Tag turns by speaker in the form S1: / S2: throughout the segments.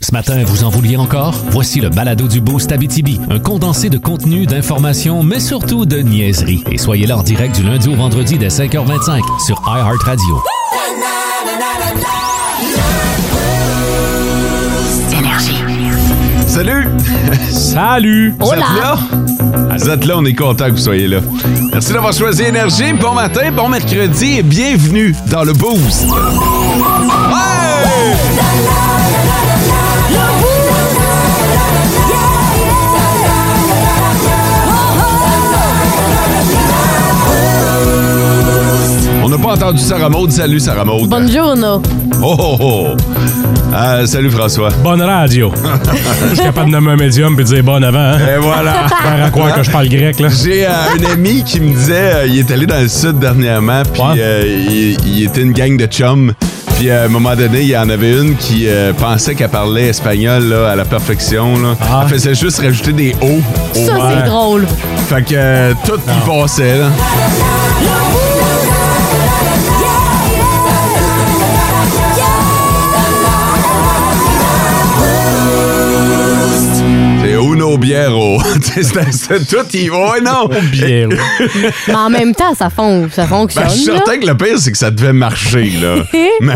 S1: Ce matin, vous en vouliez encore? Voici le balado du Boost Abitibi, un condensé de contenu, d'informations, mais surtout de niaiseries. Et soyez là en direct du lundi au vendredi dès 5h25 sur iHeartRadio.
S2: Salut!
S1: Salut!
S2: Vous êtes là? Vous êtes là, on est content que vous soyez là. Merci d'avoir choisi Énergie. Bon matin, bon mercredi et bienvenue dans le Boost. Ouais! On n'a pas entendu Sarah Maud. Salut Sarah Maud.
S3: Buongiorno.
S2: Oh oh oh! Euh, salut François.
S4: Bonne radio. Je suis capable de nommer un médium puis de dire bonne avant. Hein?
S2: Et voilà!
S4: Faire à
S2: Hein?
S4: croire que je parle grec, là.
S2: J'ai euh, un ami qui me disait, euh, il est allé dans le sud dernièrement, puis
S4: Ouais.
S2: euh, il, il était une gang de chums. Puis euh, à un moment donné, il y en avait une qui euh, pensait qu'elle parlait espagnol là, à la perfection. Là.
S4: Ah.
S2: Elle faisait juste rajouter des O. au
S3: Ça,
S2: verbe.
S3: c'est drôle.
S2: Fait que euh, tout y passait. Là. C'est Uno Biero. C'est- c'est- c'est- tout y va. Ouais, non!
S4: Bien, là.
S3: Mais en même temps, ça, fon- ça
S2: Ben,
S3: fonctionne.
S2: je suis
S3: là.
S2: certain que le pire, c'est que ça devait marcher, là. Mais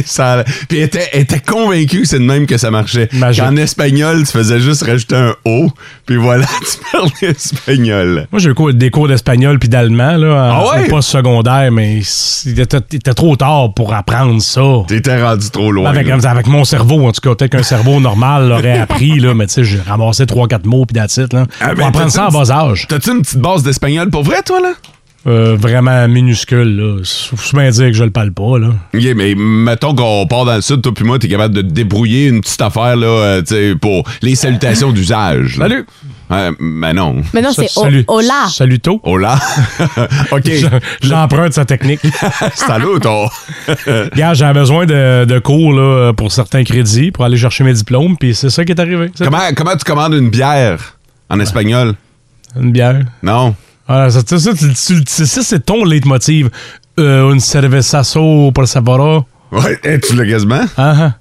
S2: ça. Puis elle était, elle était convaincue que c'est de même que ça marchait.
S4: Magique.
S2: Qu'en espagnol, tu faisais juste rajouter un O, puis voilà, tu parles espagnol.
S4: Moi, j'ai eu cours- des cours d'espagnol puis d'allemand, là, en
S2: Ah ouais?
S4: au poste secondaire, mais c'était trop tard pour apprendre ça.
S2: T'étais rendu trop loin.
S4: Avec,
S2: là.
S4: avec mon cerveau, en tout cas. Peut-être qu'un cerveau normal l'aurait appris, là, mais tu sais, j'ai ramassé 3-4 mots puis that's it, là.
S2: Ah,
S4: Faut
S2: ben,
S4: apprendre
S2: t'as-tu
S4: ça à
S2: une
S4: bas
S2: petite-
S4: âge.
S2: T'as-tu une petite base d'espagnol pour vrai, toi, là?
S4: Euh, vraiment minuscule, là. Faut faut bien dire que je le parle pas, là.
S2: OK, mais mettons qu'on part dans le sud, toi puis moi, t'es capable de te débrouiller une petite affaire, là, euh, tu sais, pour les salutations d'usage. là.
S4: Salut.
S2: Euh, ben non.
S3: Mais non,
S4: Sa-
S3: c'est o-
S4: salut.
S3: hola.
S4: Saluto.
S2: Hola. OK.
S4: Je- J'emprunte sa technique.
S2: Salut, ton.
S4: Regarde, j'avais besoin de, de cours là, pour certains crédits pour aller chercher mes diplômes, puis c'est ça qui est arrivé. C'est
S2: Comment, comment tu commandes une bière en espagnol?
S4: Une bière.
S2: Non.
S4: Ah, ça, ça, ça, tu- tu- ça, ça, c'est ton leitmotiv. Euh, une cervezazo por sabor.
S2: Ouais, eh, tu l'as quasiment.
S4: Ah,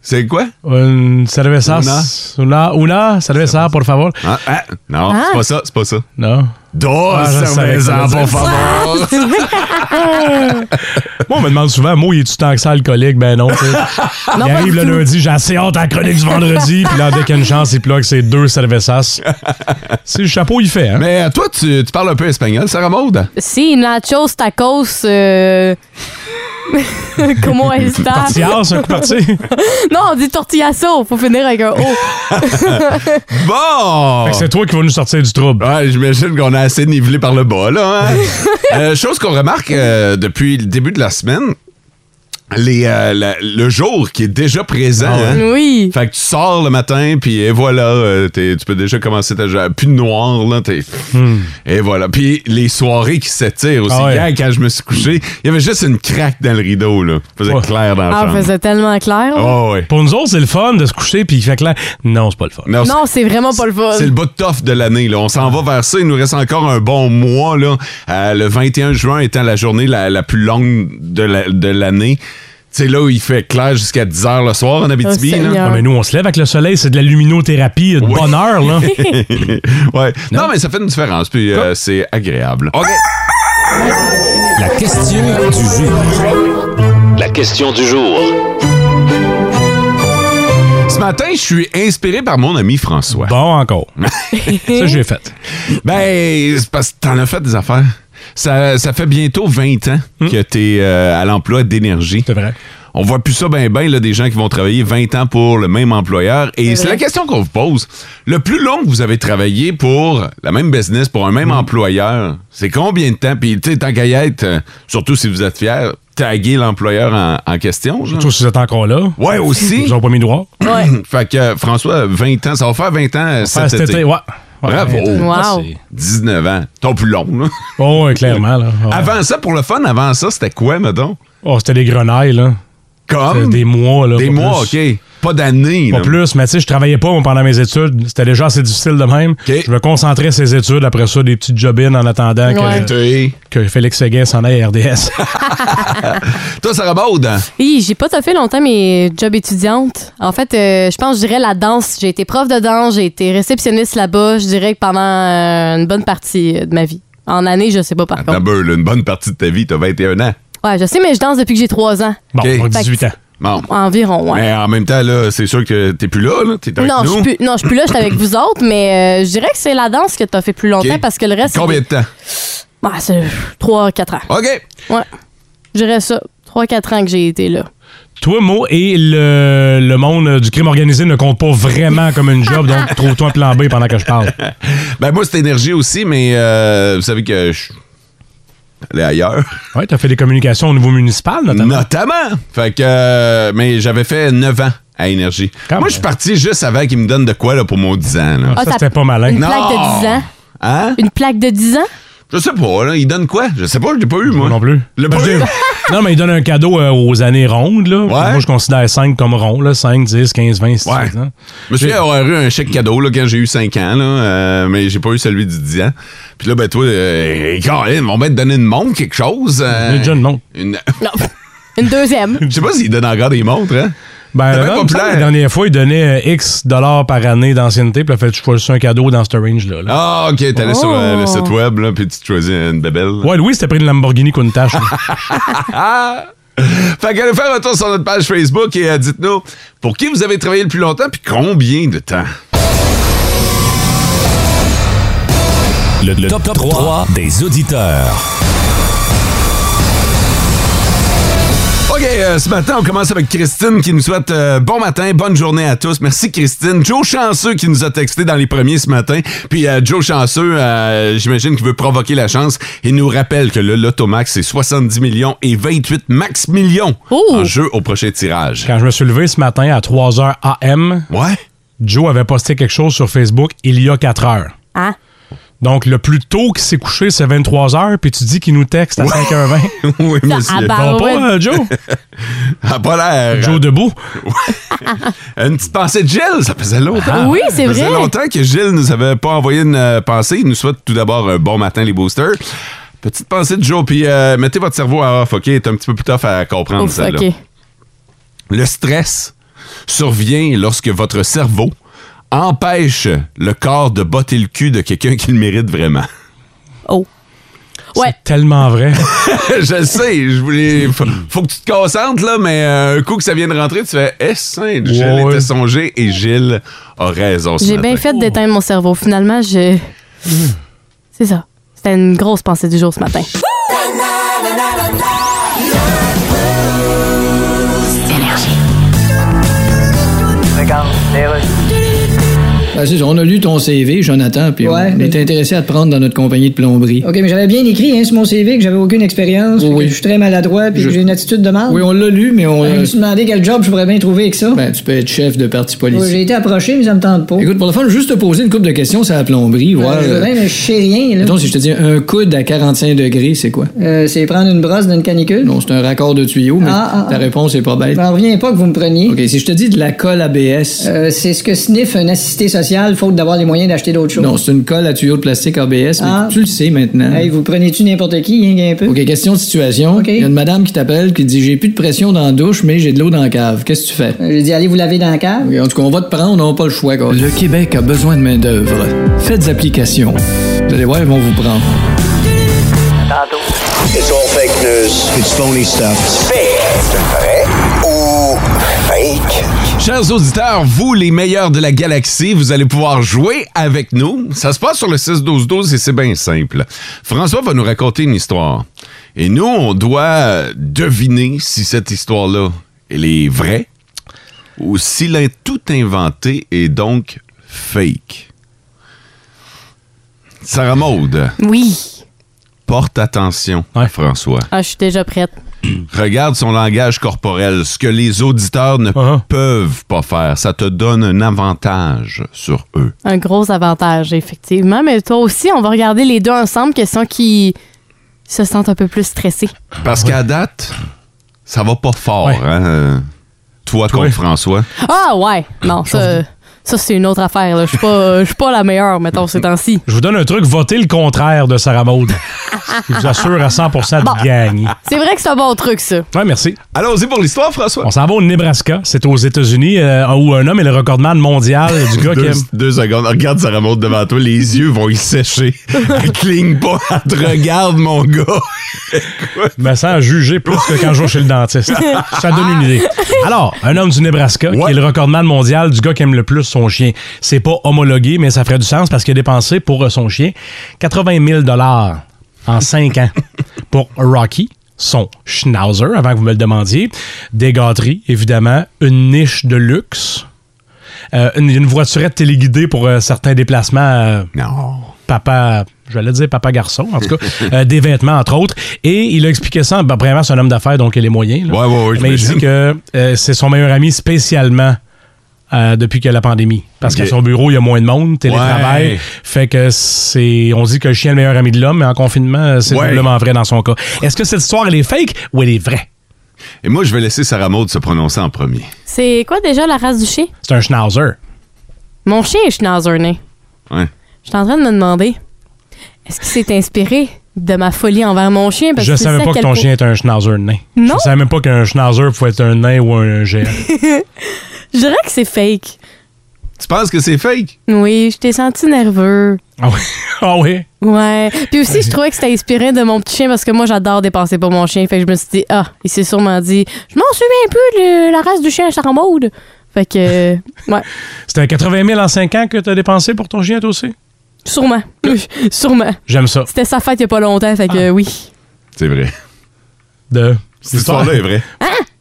S2: C'est quoi?
S4: ah. Une cervezas. Una. Una cerveza, por favor.
S2: Ah, ah, non,
S3: Ah.
S2: c'est pas ça, c'est pas ça.
S4: Non.
S2: Dos
S4: Ah, je savais que ça
S2: Oh, cerveza,
S4: veut
S2: por
S4: dire
S2: favor.
S4: Moi, on me demande souvent, moi, il est-tu tant que ça alcoolique? Ben non, tu sais. Il
S3: pas
S4: arrive
S3: du
S4: le
S3: tout.
S4: lundi, j'ai assez hâte à la chronique du vendredi, puis là, dès qu'il y a une chance, il plug ses deux cervezas. C'est le chapeau, il fait. Hein?
S2: Mais euh, toi, tu, tu parles un peu espagnol, Sarah Maud?
S3: Si, nachos, tacos. euh, Comment est-ce
S4: Tiens, c'est un coup parti.
S2: Ah.
S3: Non, on dit tortillasso. Faut finir avec un O.
S2: Bon!
S4: Fait que c'est toi qui vas nous sortir du trouble.
S2: Ouais, j'imagine qu'on a assez nivelé par le bas, là. hein? Euh, chose qu'on remarque euh, depuis le début de la semaine, les, euh, la- le jour qui est déjà présent.
S4: Ah
S2: hein?
S3: Oui.
S2: Fait que tu sors le matin, puis et voilà, euh, t'es- tu peux déjà commencer ta journée. Plus de noir, là, t'es... Et voilà. Puis les soirées qui s'étirent aussi.
S4: Hmm. Ah ouais.
S2: Hier, quand je me suis couché, il y avait juste une craque dans le rideau, là. Ça faisait
S4: Ouais.
S2: clair dans le
S3: Ah, on faisait tellement clair. là.
S2: Oh, ouais.
S4: Pour nous autres, c'est le fun de se coucher puis il fait clair. Non, c'est pas le fun.
S2: Non,
S3: Non, c'est vraiment pas le fun.
S2: c'est le bout de toffe de l'année. Là. On s'en va vers ça. Il nous reste encore un bon mois. Là. Euh, le 21 juin étant la journée la, la plus longue de, la- de l'année. C'est là où il fait clair jusqu'à 10 h le soir en Abitibi.
S3: Oh,
S2: là.
S3: Seigneur.
S4: Ouais, mais nous, on se lève avec le soleil, c'est de la luminothérapie de bonne heure, là.
S2: ouais. non. mais ça fait une différence. Puis euh, c'est agréable. OK.
S1: La question du jour.
S5: La question du jour.
S2: Ce matin, je suis inspiré par mon ami François.
S4: Bon, encore. ça, j'ai fait.
S2: Ben, c'est parce que t'en as fait des affaires. Ça, ça fait bientôt 20 ans que t'es euh, à l'emploi d'énergie.
S4: Hmm. C'est vrai.
S2: On voit plus ça ben ben, là, des gens qui vont travailler 20 ans pour le même employeur. Et c'est la question qu'on vous pose. Le plus long que vous avez travaillé pour la même
S4: Hmm.
S2: business, pour un même employeur, c'est combien de temps? Puis, tu sais, tant qu'à y être, euh, surtout si vous êtes fier, taguer l'employeur en, en question. genre.
S4: Surtout si vous êtes encore là.
S2: Ouais, aussi.
S4: Ils ont pas mis droit.
S3: Ouais.
S2: fait que euh, François, 20 ans, ça va faire 20 ans euh,
S4: Ah,
S2: cet
S4: cet
S2: été.
S4: été, ouais. Ouais,
S2: Bravo.
S4: ouais,
S3: Wow.
S4: c'est-
S2: 19 ans. Ton plus long, là.
S4: Oh, ouais, clairement, là. Ouais.
S2: Avant ça, pour le fun, avant ça, c'était quoi, mettons?
S4: Oh, c'était des grenailles, là.
S2: Comme?
S4: C'était Des mois, là.
S2: Hum. Des
S4: pas
S2: mois,
S4: plus.
S2: OK. Pas d'années.
S4: Pas
S2: là.
S4: plus, mais tu sais, je travaillais pas moi, pendant mes études. C'était déjà assez difficile de même. Je me concentrais sur les études, après ça, des petites jobines en attendant que,
S2: Été.
S4: que Félix Séguin s'en aille à RDS.
S2: Toi, Sarah Baud, hein?
S3: Oui, j'ai pas tout fait longtemps mes jobs étudiantes. En fait, euh, je pense, je dirais la danse. J'ai été prof de danse, j'ai été réceptionniste là-bas, je dirais que pendant euh, une bonne partie euh, de ma vie. En année, je sais pas par
S2: Attends un
S3: contre.
S2: peu, là, une bonne partie de ta vie, t'as 21 ans.
S3: Ouais, je sais, mais je danse depuis que j'ai 3 ans.
S4: Bon,
S2: OK.
S4: donc 18 ans.
S2: Bon.
S3: Environ, ouais.
S2: Mais en même temps, là, c'est sûr que t'es plus là, là. T'es avec
S3: Non, je
S2: nous.
S3: suis plus, non, je suis plus là, je suis avec vous autres, mais euh, je dirais que c'est la danse que t'as fait plus longtemps
S2: OK.
S3: parce que le reste.
S2: Combien de temps?
S3: Ah, c'est 3-4 ans.
S2: OK.
S3: Ouais. Je dirais ça. 3-4 ans que j'ai été là.
S4: Toi, Mo, et le, le monde euh, du crime organisé ne compte pas vraiment comme une job, donc trouve-toi un plan B pendant que je parle.
S2: Ben, moi, c'est énergie aussi, mais euh, vous savez que je suis allé ailleurs.
S4: Ouais, t'as fait des communications au niveau municipal, notamment.
S2: Notamment. Fait que. euh, mais j'avais fait 9 ans à énergie.
S4: Quand
S2: moi,
S4: même.
S2: je suis parti juste avant qu'ils me donnent de quoi, là, pour mon 10 ans, là.
S3: Ah,
S4: ça,
S3: t'as-
S4: c'était pas malin.
S3: Une
S4: Non.
S3: plaque de 10 ans.
S2: Hein?
S3: Une plaque de 10 ans?
S2: Je sais pas, là. Ils donnent quoi? Je sais pas, je l'ai pas eu,
S4: Moi
S2: moi.
S4: non plus.
S2: Le
S4: Ben, je
S2: premier.
S4: dis- non, mais il donne un cadeau euh, aux années rondes. Là. Moi, je considère 5 comme rond. Là. 5, 10, 15, 20, 16
S2: Ouais.
S4: ans.
S2: Je me souviens avoir eu un chèque cadeau là, quand j'ai eu 5 ans, là, euh, mais j'ai pas eu celui du 10 ans. Puis là, ben toi, euh, Caroline, ils vont bien te donner une montre, quelque chose. euh,
S4: Une jeune montre.
S2: une-
S3: Non. Une deuxième.
S2: Je sais pas s'ils donnent encore des montres, hein?
S4: Ben,
S2: C'était
S4: là, il
S2: bien
S4: me semble
S2: populaire.
S4: que la dernière fois, il donnait euh, X dollars par année d'ancienneté. Puis, en fait, je choisis un cadeau dans ce range-là. là.
S2: Ah, ok, t'allais sur euh, le
S3: Oh.
S2: site web, là, puis tu te choisis une bébelle.
S4: Ouais, Louis, c'était pris une Lamborghini Countach. là.
S2: Fait qu'allez faire un tour sur notre page Facebook et euh, dites-nous pour qui vous avez travaillé le plus longtemps, puis combien de temps?
S1: Le, le top, 3 des auditeurs.
S2: OK, euh, ce matin, on commence avec Christine qui nous souhaite euh, bon matin, bonne journée à tous. Merci Christine. Joe Chanceux qui nous a texté dans les premiers ce matin. Puis euh, Joe Chanceux, euh, j'imagine qu'il veut provoquer la chance. Il nous rappelle que le Lotomax, c'est 70 millions et 28 max millions
S3: Oh!
S2: en jeu au prochain tirage.
S4: Quand je me suis levé ce matin à 3 h AM,
S2: Ouais?
S4: Joe avait posté quelque chose sur Facebook il y a 4 heures.
S3: Hein?
S4: Donc, le plus tôt qu'il s'est couché, c'est 23 heures, puis tu dis qu'il nous texte à 5h20.
S2: oui,
S3: Ça
S2: monsieur.
S3: abat. Ah,
S4: Non,
S3: ouais.
S4: pas, euh, Joe.
S2: Ah, pas l'air.
S4: Joe debout.
S2: Une petite pensée de Gilles, ça faisait longtemps.
S3: Ah Oui, c'est
S2: Ça faisait
S3: vrai.
S2: longtemps que Gilles nous avait pas envoyé une euh, pensée. Il nous souhaite tout d'abord un bon matin, les boosters. Petite pensée de Joe, puis euh, mettez votre cerveau à off, OK? C'est un petit peu plus tough à comprendre,
S3: Ouf,
S2: celle-là.
S3: OK.
S2: Le stress survient lorsque votre cerveau empêche le corps de botter le cul de quelqu'un qui le mérite vraiment.
S3: Oh. Ouais.
S4: C'est tellement vrai.
S2: je le sais, je voulais... Faut, faut que tu te concentres, là, mais euh, un coup que ça vient de rentrer, tu fais « Eh, saint, Gilles
S4: Ouais, ouais.
S2: était songé et Gilles a raison ce
S3: J'ai
S2: matin.
S3: bien fait d'éteindre mon cerveau. Finalement, je. C'est ça. C'était une grosse pensée du jour ce matin.
S6: Ben, c'est ça, on a lu ton CV, Jonathan, puis
S7: Ouais,
S6: on
S7: mais-
S6: est intéressé à te prendre dans notre compagnie de plomberie.
S7: OK, mais j'avais bien écrit hein, sur mon CV que j'avais aucune expérience,
S6: Oui.
S7: puis que je suis très maladroit, puis
S6: Je-
S7: que j'ai une attitude de mal.
S6: Oui, on l'a lu, mais on. euh,
S7: Je me suis demandé quel job je pourrais bien trouver avec ça.
S6: Ben, tu peux être chef de parti politique.
S7: Oui, j'ai été approché, mais ça me tente pas.
S6: Écoute, pour le fun, juste te poser une couple de questions sur la plomberie, voir.
S7: Euh, je veux
S6: euh,
S7: bien, mais je sais rien, là.
S6: mettons, si je te dis un coude à 45 degrés, c'est quoi?
S7: Euh, c'est prendre une brosse d'une canicule.
S6: Non, c'est un raccord de tuyau, mais
S7: Ah, ah,
S6: ta
S7: ah.
S6: réponse est pas bête.
S7: Je m'en reviens pas que vous me preniez.
S6: OK, si je te dis de la colle ABS.
S7: Euh, c'est ce que sniff un assisté social, faute d'avoir les moyens d'acheter d'autres choses.
S6: Non, c'est une colle à tuyau de plastique ABS, mais
S7: Euh. Ah.
S6: tu le sais maintenant.
S7: Hey, vous prenez-tu n'importe qui, hein, un peu?
S6: OK, question de situation.
S7: OK.
S6: Il y a une madame qui t'appelle qui dit J'ai plus de pression dans la douche, mais j'ai de l'eau dans la cave. Qu'est-ce que tu fais?
S7: Euh, J'ai dit, allez vous laver dans la cave.
S6: Oui, En tout cas, on va te prendre, on n'a pas le choix. gars. Le Québec a besoin de main-d'œuvre. Faites application. Vous allez voir, ils vont vous prendre.
S8: It's all fake news. It's phony stuff. C'est vrai ou fake?
S2: Chers auditeurs, vous, les meilleurs de la galaxie, vous allez pouvoir jouer avec nous. Ça se passe sur le 6-12-12 et c'est bien simple. François va nous raconter une histoire. Et nous, on doit deviner si cette histoire-là, elle est vraie ou s'il a tout inventé et donc fake. Sarah Maude,
S3: Oui.
S2: porte attention,
S4: Ouais.
S2: François.
S3: Ah, je suis déjà prête.
S2: regarde son langage corporel, ce que les auditeurs ne peuvent pas faire. Ça te donne un avantage sur eux.
S3: Un gros avantage, effectivement. Mais toi aussi, on va regarder les deux ensemble, question qui se sentent un peu plus stressés.
S2: Parce qu'à date, ça va pas fort, hein? euh, Toi contre François.
S3: Ah ouais! Non, ça, ça c'est une autre affaire. là. Je suis pas, je suis pas la meilleure, mettons, ces temps-ci.
S4: Je vous donne un truc, votez le contraire de Sarah Maud. Je vous assure à 100 de gagner.
S3: C'est vrai que c'est un bon truc, ça.
S4: Ouais, merci.
S2: Allons-y pour l'histoire, François.
S4: On s'en va au Nebraska. C'est aux États-Unis euh, où un homme est le recordman mondial du gars qui
S2: Deux,
S4: aime.
S2: deux secondes. Regarde, ça remonte devant toi. Les yeux vont y sécher. Elle cligne pas. Elle te regarde, mon gars.
S4: me sens jugé plus que quand je vais chez le dentiste. Ça donne une idée. Alors, un homme du Nebraska, qui est le recordman mondial du gars qui aime le plus son chien. C'est pas homologué, mais ça ferait du sens parce qu'il a dépensé pour euh, son chien 80 000 en 5 ans pour Rocky, son schnauzer, avant que vous me le demandiez. Des gâteries, évidemment. Une niche de luxe. Euh, une, une voiturette téléguidée pour euh, certains déplacements. euh, Papa, j'allais dire papa garçon, en tout cas, euh, des vêtements, entre autres. Et il a expliqué ça, ben, premièrement, c'est un homme d'affaires, donc il a les moyens. là.
S2: Ouais, ouais, ouais,
S4: Mais il
S2: j'imagine.
S4: dit que euh, c'est son meilleur ami spécialement euh, depuis qu'il y a la pandémie. Parce
S2: Ok.
S4: qu'à son bureau, il y a moins de monde, télétravail.
S2: Ouais.
S4: Fait que c'est. On dit que le chien est le meilleur ami de l'homme, mais en confinement, euh, c'est
S2: Ouais.
S4: doublement vrai dans son cas. Est-ce que cette histoire, elle est fake ou elle est vraie?
S2: Et moi, je vais laisser Sarah Maud se prononcer en premier.
S3: C'est quoi déjà la race du chien?
S4: C'est un schnauzer.
S3: Mon chien est schnauzerné.
S2: Ouais.
S3: Je suis en train de me demander, est-ce qu'il s'est inspiré de ma folie envers mon chien? Parce
S4: Je
S3: que tu
S4: savais
S3: sais à
S4: pas que
S3: quel
S4: ton
S3: point-
S4: chien était un schnauzer nain.
S3: Non?
S4: Je savais même pas qu'un schnauzer pouvait être un nain ou un géant.
S3: Je dirais que c'est fake.
S2: Tu penses que c'est fake?
S3: Oui, je t'ai senti nerveux.
S4: ah oui? Ah oui?
S3: Ouais. Puis aussi, je trouvais que c'était inspiré de mon petit chien parce que moi, j'adore dépenser pour mon chien. Fait que je me suis dit, ah, il s'est sûrement dit, je m'en souviens plus de la race du chien à Sarah Maud. Fait que, euh, ouais,
S4: C'était 80 000 en 5 ans que t'as dépensé pour ton chien, toi aussi?
S3: sûrement. sûrement.
S4: J'aime ça.
S3: C'était sa fête il y a pas longtemps, fait
S2: Ah.
S3: que euh, oui.
S2: C'est vrai.
S4: De...
S2: Cette histoire-là est vraie.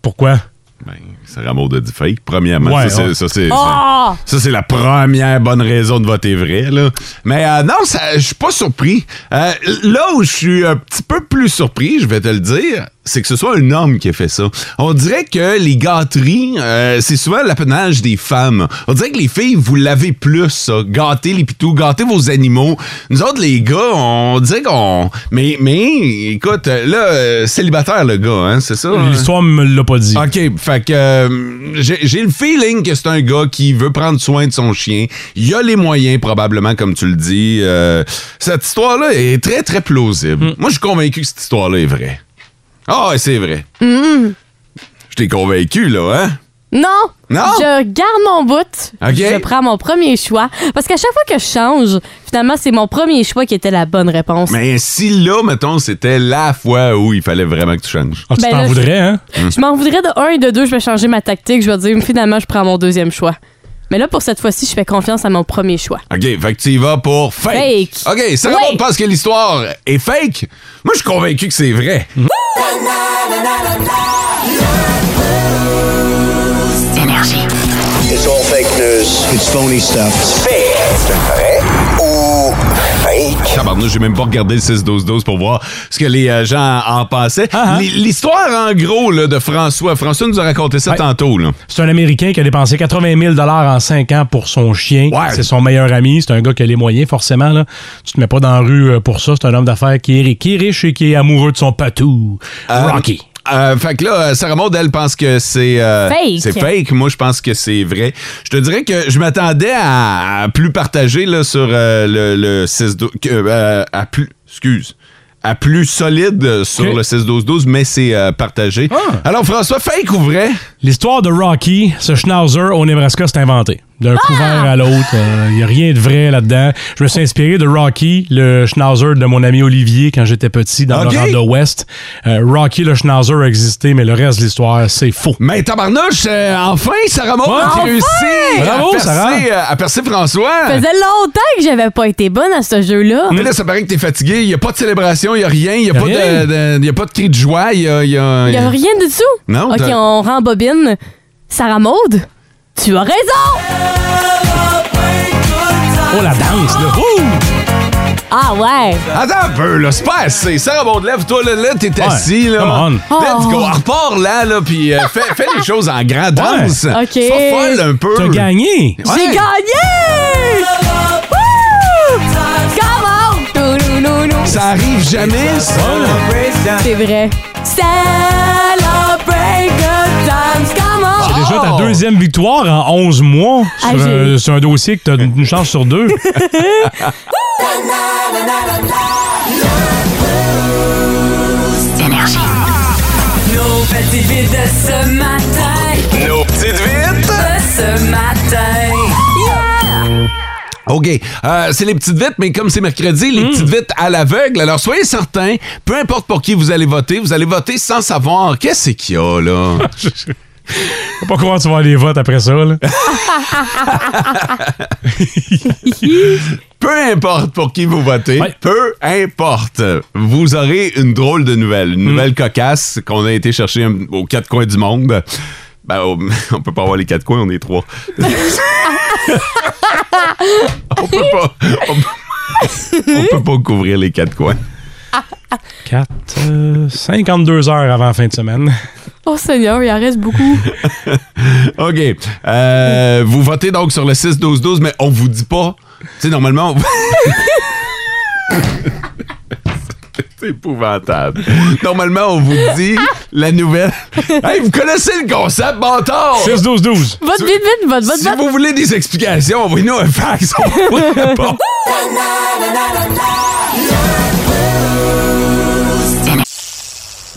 S4: Pourquoi?
S2: Ben, Sarah Maud a dit fake, premièrement.
S4: Ouais,
S2: ça, c'est-
S4: ouais.
S2: ça, c'est.
S3: Ah!
S2: Ça, c'est la première bonne raison de voter vrai, là. Mais euh, non, ça- je suis pas surpris. Euh, là où je suis un petit peu plus surpris, je vais te le dire, c'est que ce soit un homme qui a fait ça. On dirait que les gâteries, euh, c'est souvent l'apanage des femmes. On dirait que les filles, vous l'avez plus, ça. Gâtez les pitous, gâtez vos animaux. Nous autres, les gars, on dirait qu'on... Mais, mais écoute, là, euh, célibataire, le gars, hein, c'est ça? hein?
S4: L'histoire me l'a pas dit.
S2: OK, fait que euh, j'ai j'ai le feeling que c'est un gars qui veut prendre soin de son chien. Il a les moyens, probablement, comme tu le dis. Euh, cette histoire-là est très, très plausible. Moi, je suis convaincu que cette histoire-là est vraie. Ah, ouais, c'est vrai. Je t'ai convaincu, là, hein?
S3: Non!
S2: Non?
S3: Je garde mon bout.
S2: Ok.
S3: Je prends mon premier choix. Parce qu'à chaque fois que je change, finalement, c'est mon premier choix qui était la bonne réponse.
S2: Mais si là, mettons, c'était la fois où il fallait vraiment que tu changes.
S4: Ah, tu
S3: Ben
S4: t'en
S3: là,
S4: voudrais, hein?
S3: Je m'en voudrais de un et de deux, je vais changer ma tactique. Je vais dire, finalement, je prends mon deuxième choix. Mais là, pour cette fois-ci, je fais confiance à mon premier choix.
S2: OK, fait que tu y vas pour fake.
S3: Fake.
S2: OK, ça
S3: Ouais.
S2: remonte parce que l'histoire est fake. Moi, je suis convaincu que c'est vrai.
S8: It's all fake news. It's phony stuff. C'est vrai ou fake?
S2: Tabarnouche, j'ai même pas regardé le 6-12-12 pour voir ce que les euh, gens en pensaient.
S3: Ah,
S2: L- L'histoire, en gros, là, de François. François nous a raconté ça
S4: Ouais.
S2: tantôt. Là.
S4: C'est un Américain qui a dépensé 80 000 en 5 ans pour son chien.
S2: Ouais.
S4: C'est son meilleur ami. C'est un gars qui a les moyens, forcément. Là. Tu te mets pas dans la rue euh, pour ça. C'est un homme d'affaires qui est, ri- qui est riche et qui est amoureux de son patou,
S2: Euh,
S4: Rocky.
S2: euh, fait que là, euh, Sarah Maud, elle pense que c'est euh,
S3: Fake.
S2: C'est fake. Moi, je pense que c'est vrai. Je te dirais que je m'attendais à, à plus partager là, sur euh, le, le 6-12. que, euh, à plus. Excuse. À plus solide euh, sur
S4: Ok. Ah.
S2: le 6-12-12, mais c'est euh, partagé. Alors, François, fake ou vrai?
S4: L'histoire de Rocky, ce schnauzer au Nebraska, c'est inventé. D'un
S3: Ah!
S4: couvert à l'autre, il n'y a rien de vrai là-dedans. Je me suis inspiré de Rocky, le schnauzer de mon ami Olivier quand j'étais petit dans
S2: Ok.
S4: le Rando Ouest. Euh, Rocky, le schnauzer a existé, mais le reste de l'histoire, c'est faux.
S2: Mais tabarnouche, euh, enfin, Sarah Maud
S4: Ouais,
S2: a
S4: enfin!
S2: réussi
S4: Bravo,
S2: à, percer,
S4: Sarah.
S2: euh, à percer François.
S3: Ça faisait longtemps que j'avais pas été bonne à ce jeu-là.
S2: Mais là, ça paraît que t'es fatigué. Il n'y a pas de célébration, il n'y a rien. Il n'y a, pas
S4: rien.
S2: de- de- y a pas de cri de joie. Il n'y a, y a-
S3: Il y
S2: y
S3: a
S2: a-
S3: rien du tout.
S2: Non,
S3: OK,
S2: t'as-
S3: on rembobine. Sarah Maud, tu as raison!
S4: Oh, la danse, là! Ouh!
S3: Ah ouais!
S2: Attends un peu, là, c'est pas assez. Sarah Baudelaire, toi, là, là t'es assis, là.
S4: come
S3: on.
S2: Let's go.
S3: Oh.
S2: Repars là, là, puis euh, fais, fais les choses en grande danse.
S3: Ouais. OK.
S2: Sois folle un peu.
S4: T'as gagné!
S3: J'ai
S2: Ouais.
S3: gagné! Wouh! Come on! Tou, nou, nou, nou.
S2: Ça arrive jamais, ça.
S3: C'est vrai. Celebrate good times, come on!
S4: C'est déjà ta deuxième victoire en 11 mois sur,
S3: Oh! Ah,
S4: un,
S3: j'ai-
S4: sur un dossier que t'as une chance sur deux.
S9: Nos petites vites de ce matin.
S2: Nos petites vites.
S9: De ce matin.
S2: OK. Euh, c'est les petites vites, mais comme c'est mercredi,
S3: Mm.
S2: les petites vites à l'aveugle. Alors, soyez certains, peu importe pour qui vous allez voter, vous allez voter sans savoir qu'est-ce qu'il y a, là.
S4: Faut pas comment tu vas aller les votes après ça. Là.
S2: Peu importe pour qui vous votez,
S4: Ouais.
S2: peu importe, vous aurez une drôle de nouvelle, une nouvelle cocasse qu'on a été chercher un- aux quatre coins du monde. Ben, au- on peut pas avoir les quatre coins, on est trois. on peut pas. On peut, on peut pas couvrir les quatre coins.
S4: 4, 52 euh, heures avant la fin de semaine.
S3: Oh Seigneur, il en reste beaucoup.
S2: OK. Euh, vous votez donc sur le 6-12-12, mais on vous dit pas. Tu sais, normalement, on... C'est épouvantable. Normalement, on vous dit la nouvelle. Hey, vous connaissez le concept, bâtard!
S4: 6-12-12.
S3: Vote vite, vite, vote, vote,
S2: Si
S3: vote.
S2: vous voulez des explications, envoyez-nous un fax. On vous répond.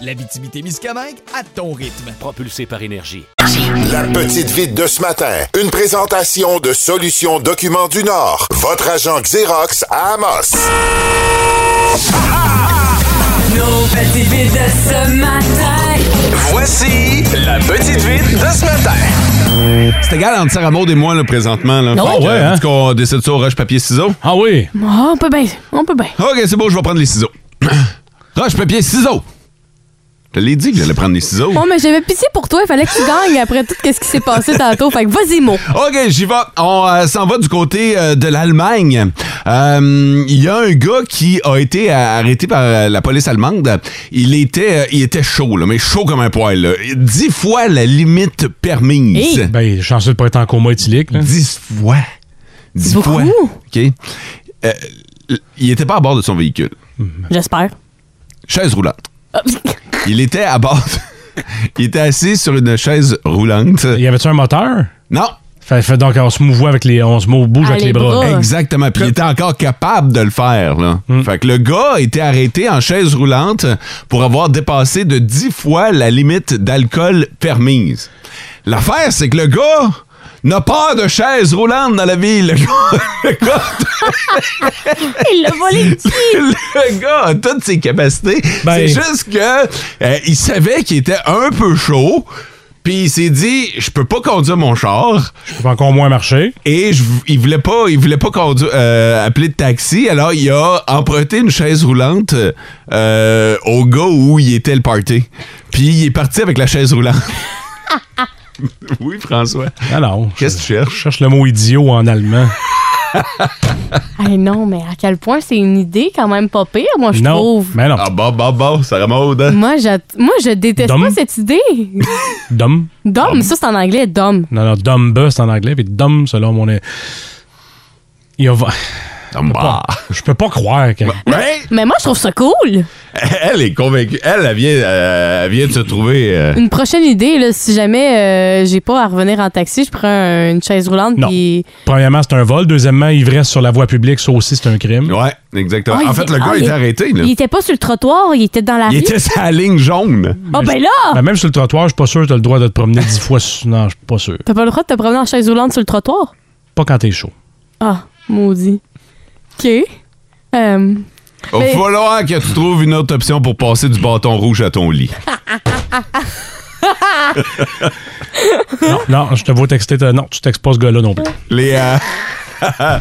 S10: L'Abitibi-Témiscamingue à ton rythme.
S5: Propulsé par énergie.
S8: La petite vite de ce matin. Une présentation de Solutions Documents du Nord. Votre agent Xerox à Amos.
S9: Nos petites vites de ce matin.
S8: Voici la petite vite de ce matin.
S2: C'est égal entre Sarah Maud et moi, là, présentement. Là. euh,
S4: Ah ouais, hein?
S2: Est-ce qu'on décide ça au roche-papier-ciseaux?
S4: Ah oui!
S3: Oh, on peut bien, on peut bien.
S2: OK, c'est beau, je vais prendre les ciseaux. Roche, papier, ciseaux! Je l'ai dit que j'allais prendre les ciseaux.
S3: Bon, mais j'avais pitié pour toi, il fallait que tu gagnes après tout ce qui s'est passé tantôt. Fait que vas-y, mot.
S2: OK, j'y vais. On euh, s'en va du côté euh, de l'Allemagne. Euh, Il y a un gars qui a été euh, arrêté par euh, la police allemande. Il était, euh, il était chaud, là, mais chaud comme un poil. là. Dix fois la limite permise.
S3: Hey!
S4: Ben, chanceux de pas être en coma éthylique. là.
S2: Dix fois. Dix
S3: beaucoup.
S2: fois. OK. Euh, il était pas à bord de son véhicule.
S3: J'espère.
S2: Chaise roulante. Il était à bord. il était assis sur une chaise roulante.
S4: Y avait-tu un moteur?
S2: Non,
S4: Fait, fait donc, on se mouvait avec les, on se mou- bouge
S3: Ah,
S4: avec les,
S3: les
S4: bras.
S3: bras.
S2: exactement. Puis il était encore capable de le faire. Là. Fait que le gars était arrêté en chaise roulante pour avoir dépassé de 10 fois la limite d'alcool permise. L'affaire, c'est que le gars n'a pas de chaise roulante dans la vie. Le gars, le gars-
S3: Il l'a volé.
S2: le gars a toutes ses capacités.
S4: Ben-
S2: C'est juste que euh, il savait qu'il était un peu chaud. Puis il s'est dit, je peux pas conduire mon char.
S4: Je peux encore moins marcher.
S2: Et je- il voulait pas, il voulait pas conduire, euh, appeler de taxi. Alors il a emprunté une chaise roulante euh, au gars où il était le party. Puis il est parti avec la chaise roulante. oui, François.
S4: Alors,
S2: Qu'est-ce que tu
S4: je
S2: cherches?
S4: cherche le mot idiot en allemand.
S3: Hey, non, mais à quel point c'est une idée quand même pas pire, moi, je
S4: non.
S3: trouve.
S4: Mais non.
S2: Ah bah bah bah, ça remonte. hein?
S3: Moi, je, moi, je déteste
S4: Dom?
S3: pas cette idée.
S4: Dumb.
S3: Dom, ça, c'est en anglais, dom.
S4: Non, non, dumb, c'est en anglais. Puis dumb, selon mon. Il y a va-
S2: Ah, bah.
S4: Je peux Mm, pas croire que.
S2: Ouais,
S3: Mais moi, je trouve ça cool.
S2: elle est convaincue. Elle, elle vient, euh, elle vient de se trouver. euh,
S3: Une prochaine idée, là, si jamais euh, j'ai pas à revenir en taxi, je prends un- une chaise roulante.
S4: Non.
S3: Puis...
S4: Premièrement, c'est un vol. Deuxièmement, ivresse sur la voie publique, ça aussi, c'est un crime.
S2: Ouais, exactement.
S3: Ah,
S2: Euh, en
S3: il-
S2: fait, le
S3: ah,
S2: gars
S3: il-
S2: était arrêté. Là.
S3: Il était pas sur le trottoir, il était dans la rue.
S2: Il était sur la ligne jaune.
S3: Oh, ben là!
S4: Mais même sur le trottoir, je suis pas sûr que t'as le droit de te promener dix fois. sur- Non, je suis pas sûr.
S3: T'as pas le droit de te promener en chaise roulante sur le trottoir?
S4: Pas quand t'es chaud.
S3: Ah, maudit. OK. Euh,
S2: Il va
S3: Mais-
S2: falloir que tu trouves une autre option pour passer du bâton rouge à ton lit.
S3: Ah.
S4: Non, non, je te vois texter. ta- Non, tu textes pas ce gars-là non plus.
S2: Les. euh,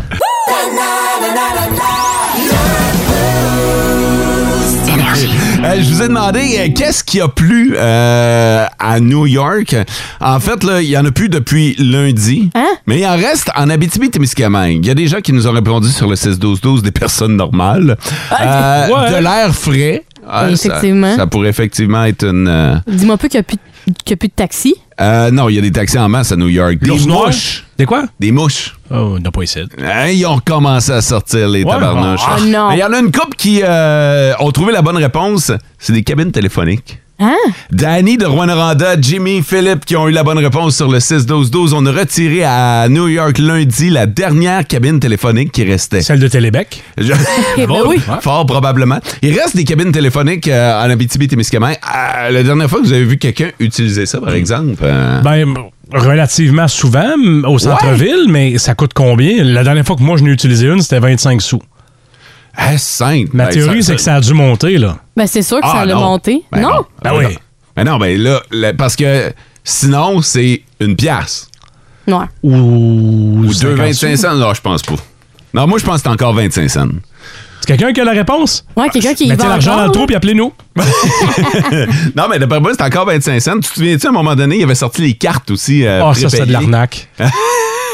S2: Euh, je vous ai demandé euh, qu'est-ce qui a plu euh, à New York. En fait, là, il y en a plus depuis lundi.
S3: Hein?
S2: Mais il en reste en Abitibi-Témiscamingue. Il y a des gens qui nous ont répondu sur le 6-12-12 des personnes normales. Euh,
S3: Ah, ouais.
S2: De l'air frais. Ah, ça-
S3: Effectivement.
S2: Ça, pourrait effectivement être une... euh,
S3: Dis-moi pas qu'il n'y a, plus de- qu'il y a plus de taxi.
S2: euh, non, il y a des taxis en masse à New York. Des
S4: L'ours noir?
S2: mouches.
S4: Des quoi?
S2: Des mouches.
S4: Oh, on n'a pas essayé.
S2: Hein, ils ont commencé à sortir les
S4: Ouais.
S2: tabarnouches.
S4: Ah,
S3: non.
S2: Mais il y en a une couple qui euh, ont trouvé la bonne réponse. C'est des cabines téléphoniques.
S3: Hein?
S2: Danny de Rwanda, Jimmy, Philippe qui ont eu la bonne réponse sur le 6-12-12. On a retiré à New York lundi la dernière cabine téléphonique qui restait.
S4: Celle de Télébec.
S2: Je-
S3: Eh ben oui.
S2: Fort probablement. Il reste des cabines téléphoniques euh, en Abitibi-Témiscamingue. Euh, la dernière fois que vous avez vu quelqu'un utiliser ça, par exemple... euh,
S4: Hmm.
S3: Ah.
S4: Ben, m- relativement souvent m- au centre-ville, mais ça coûte combien? La dernière fois que moi, je n'ai utilisé une, c'était 25 sous.
S2: Ah, simple.
S4: Ma
S2: Ben,
S4: théorie,
S2: ça-
S4: c'est que ça a dû monter, là.
S3: Ben, c'est sûr que ça l'a
S2: non.
S3: monté.
S2: Ben
S3: non?
S4: Ben
S2: Ah,
S4: oui.
S2: non. Ben non, ben là, là, parce que sinon, c'est une pièce.
S3: Non.
S4: Ou,
S2: Ou deux
S4: 25
S2: 25 cents. Non, je pense pas. Non, moi, je pense que c'est encore 25 cents.
S4: C'est quelqu'un qui a la réponse? Ah,
S3: Ouais, quelqu'un qui y
S4: Mettez
S3: va
S4: l'argent dans
S3: encore,
S4: le trou
S3: là.
S4: puis appelez-nous.
S2: Non, mais d'après moi, c'est encore 25 cents. Tu te souviens-tu, à un moment donné, il avait sorti les cartes aussi. euh,
S4: Ah, ça, c'est de
S2: prépayées.
S4: l'arnaque.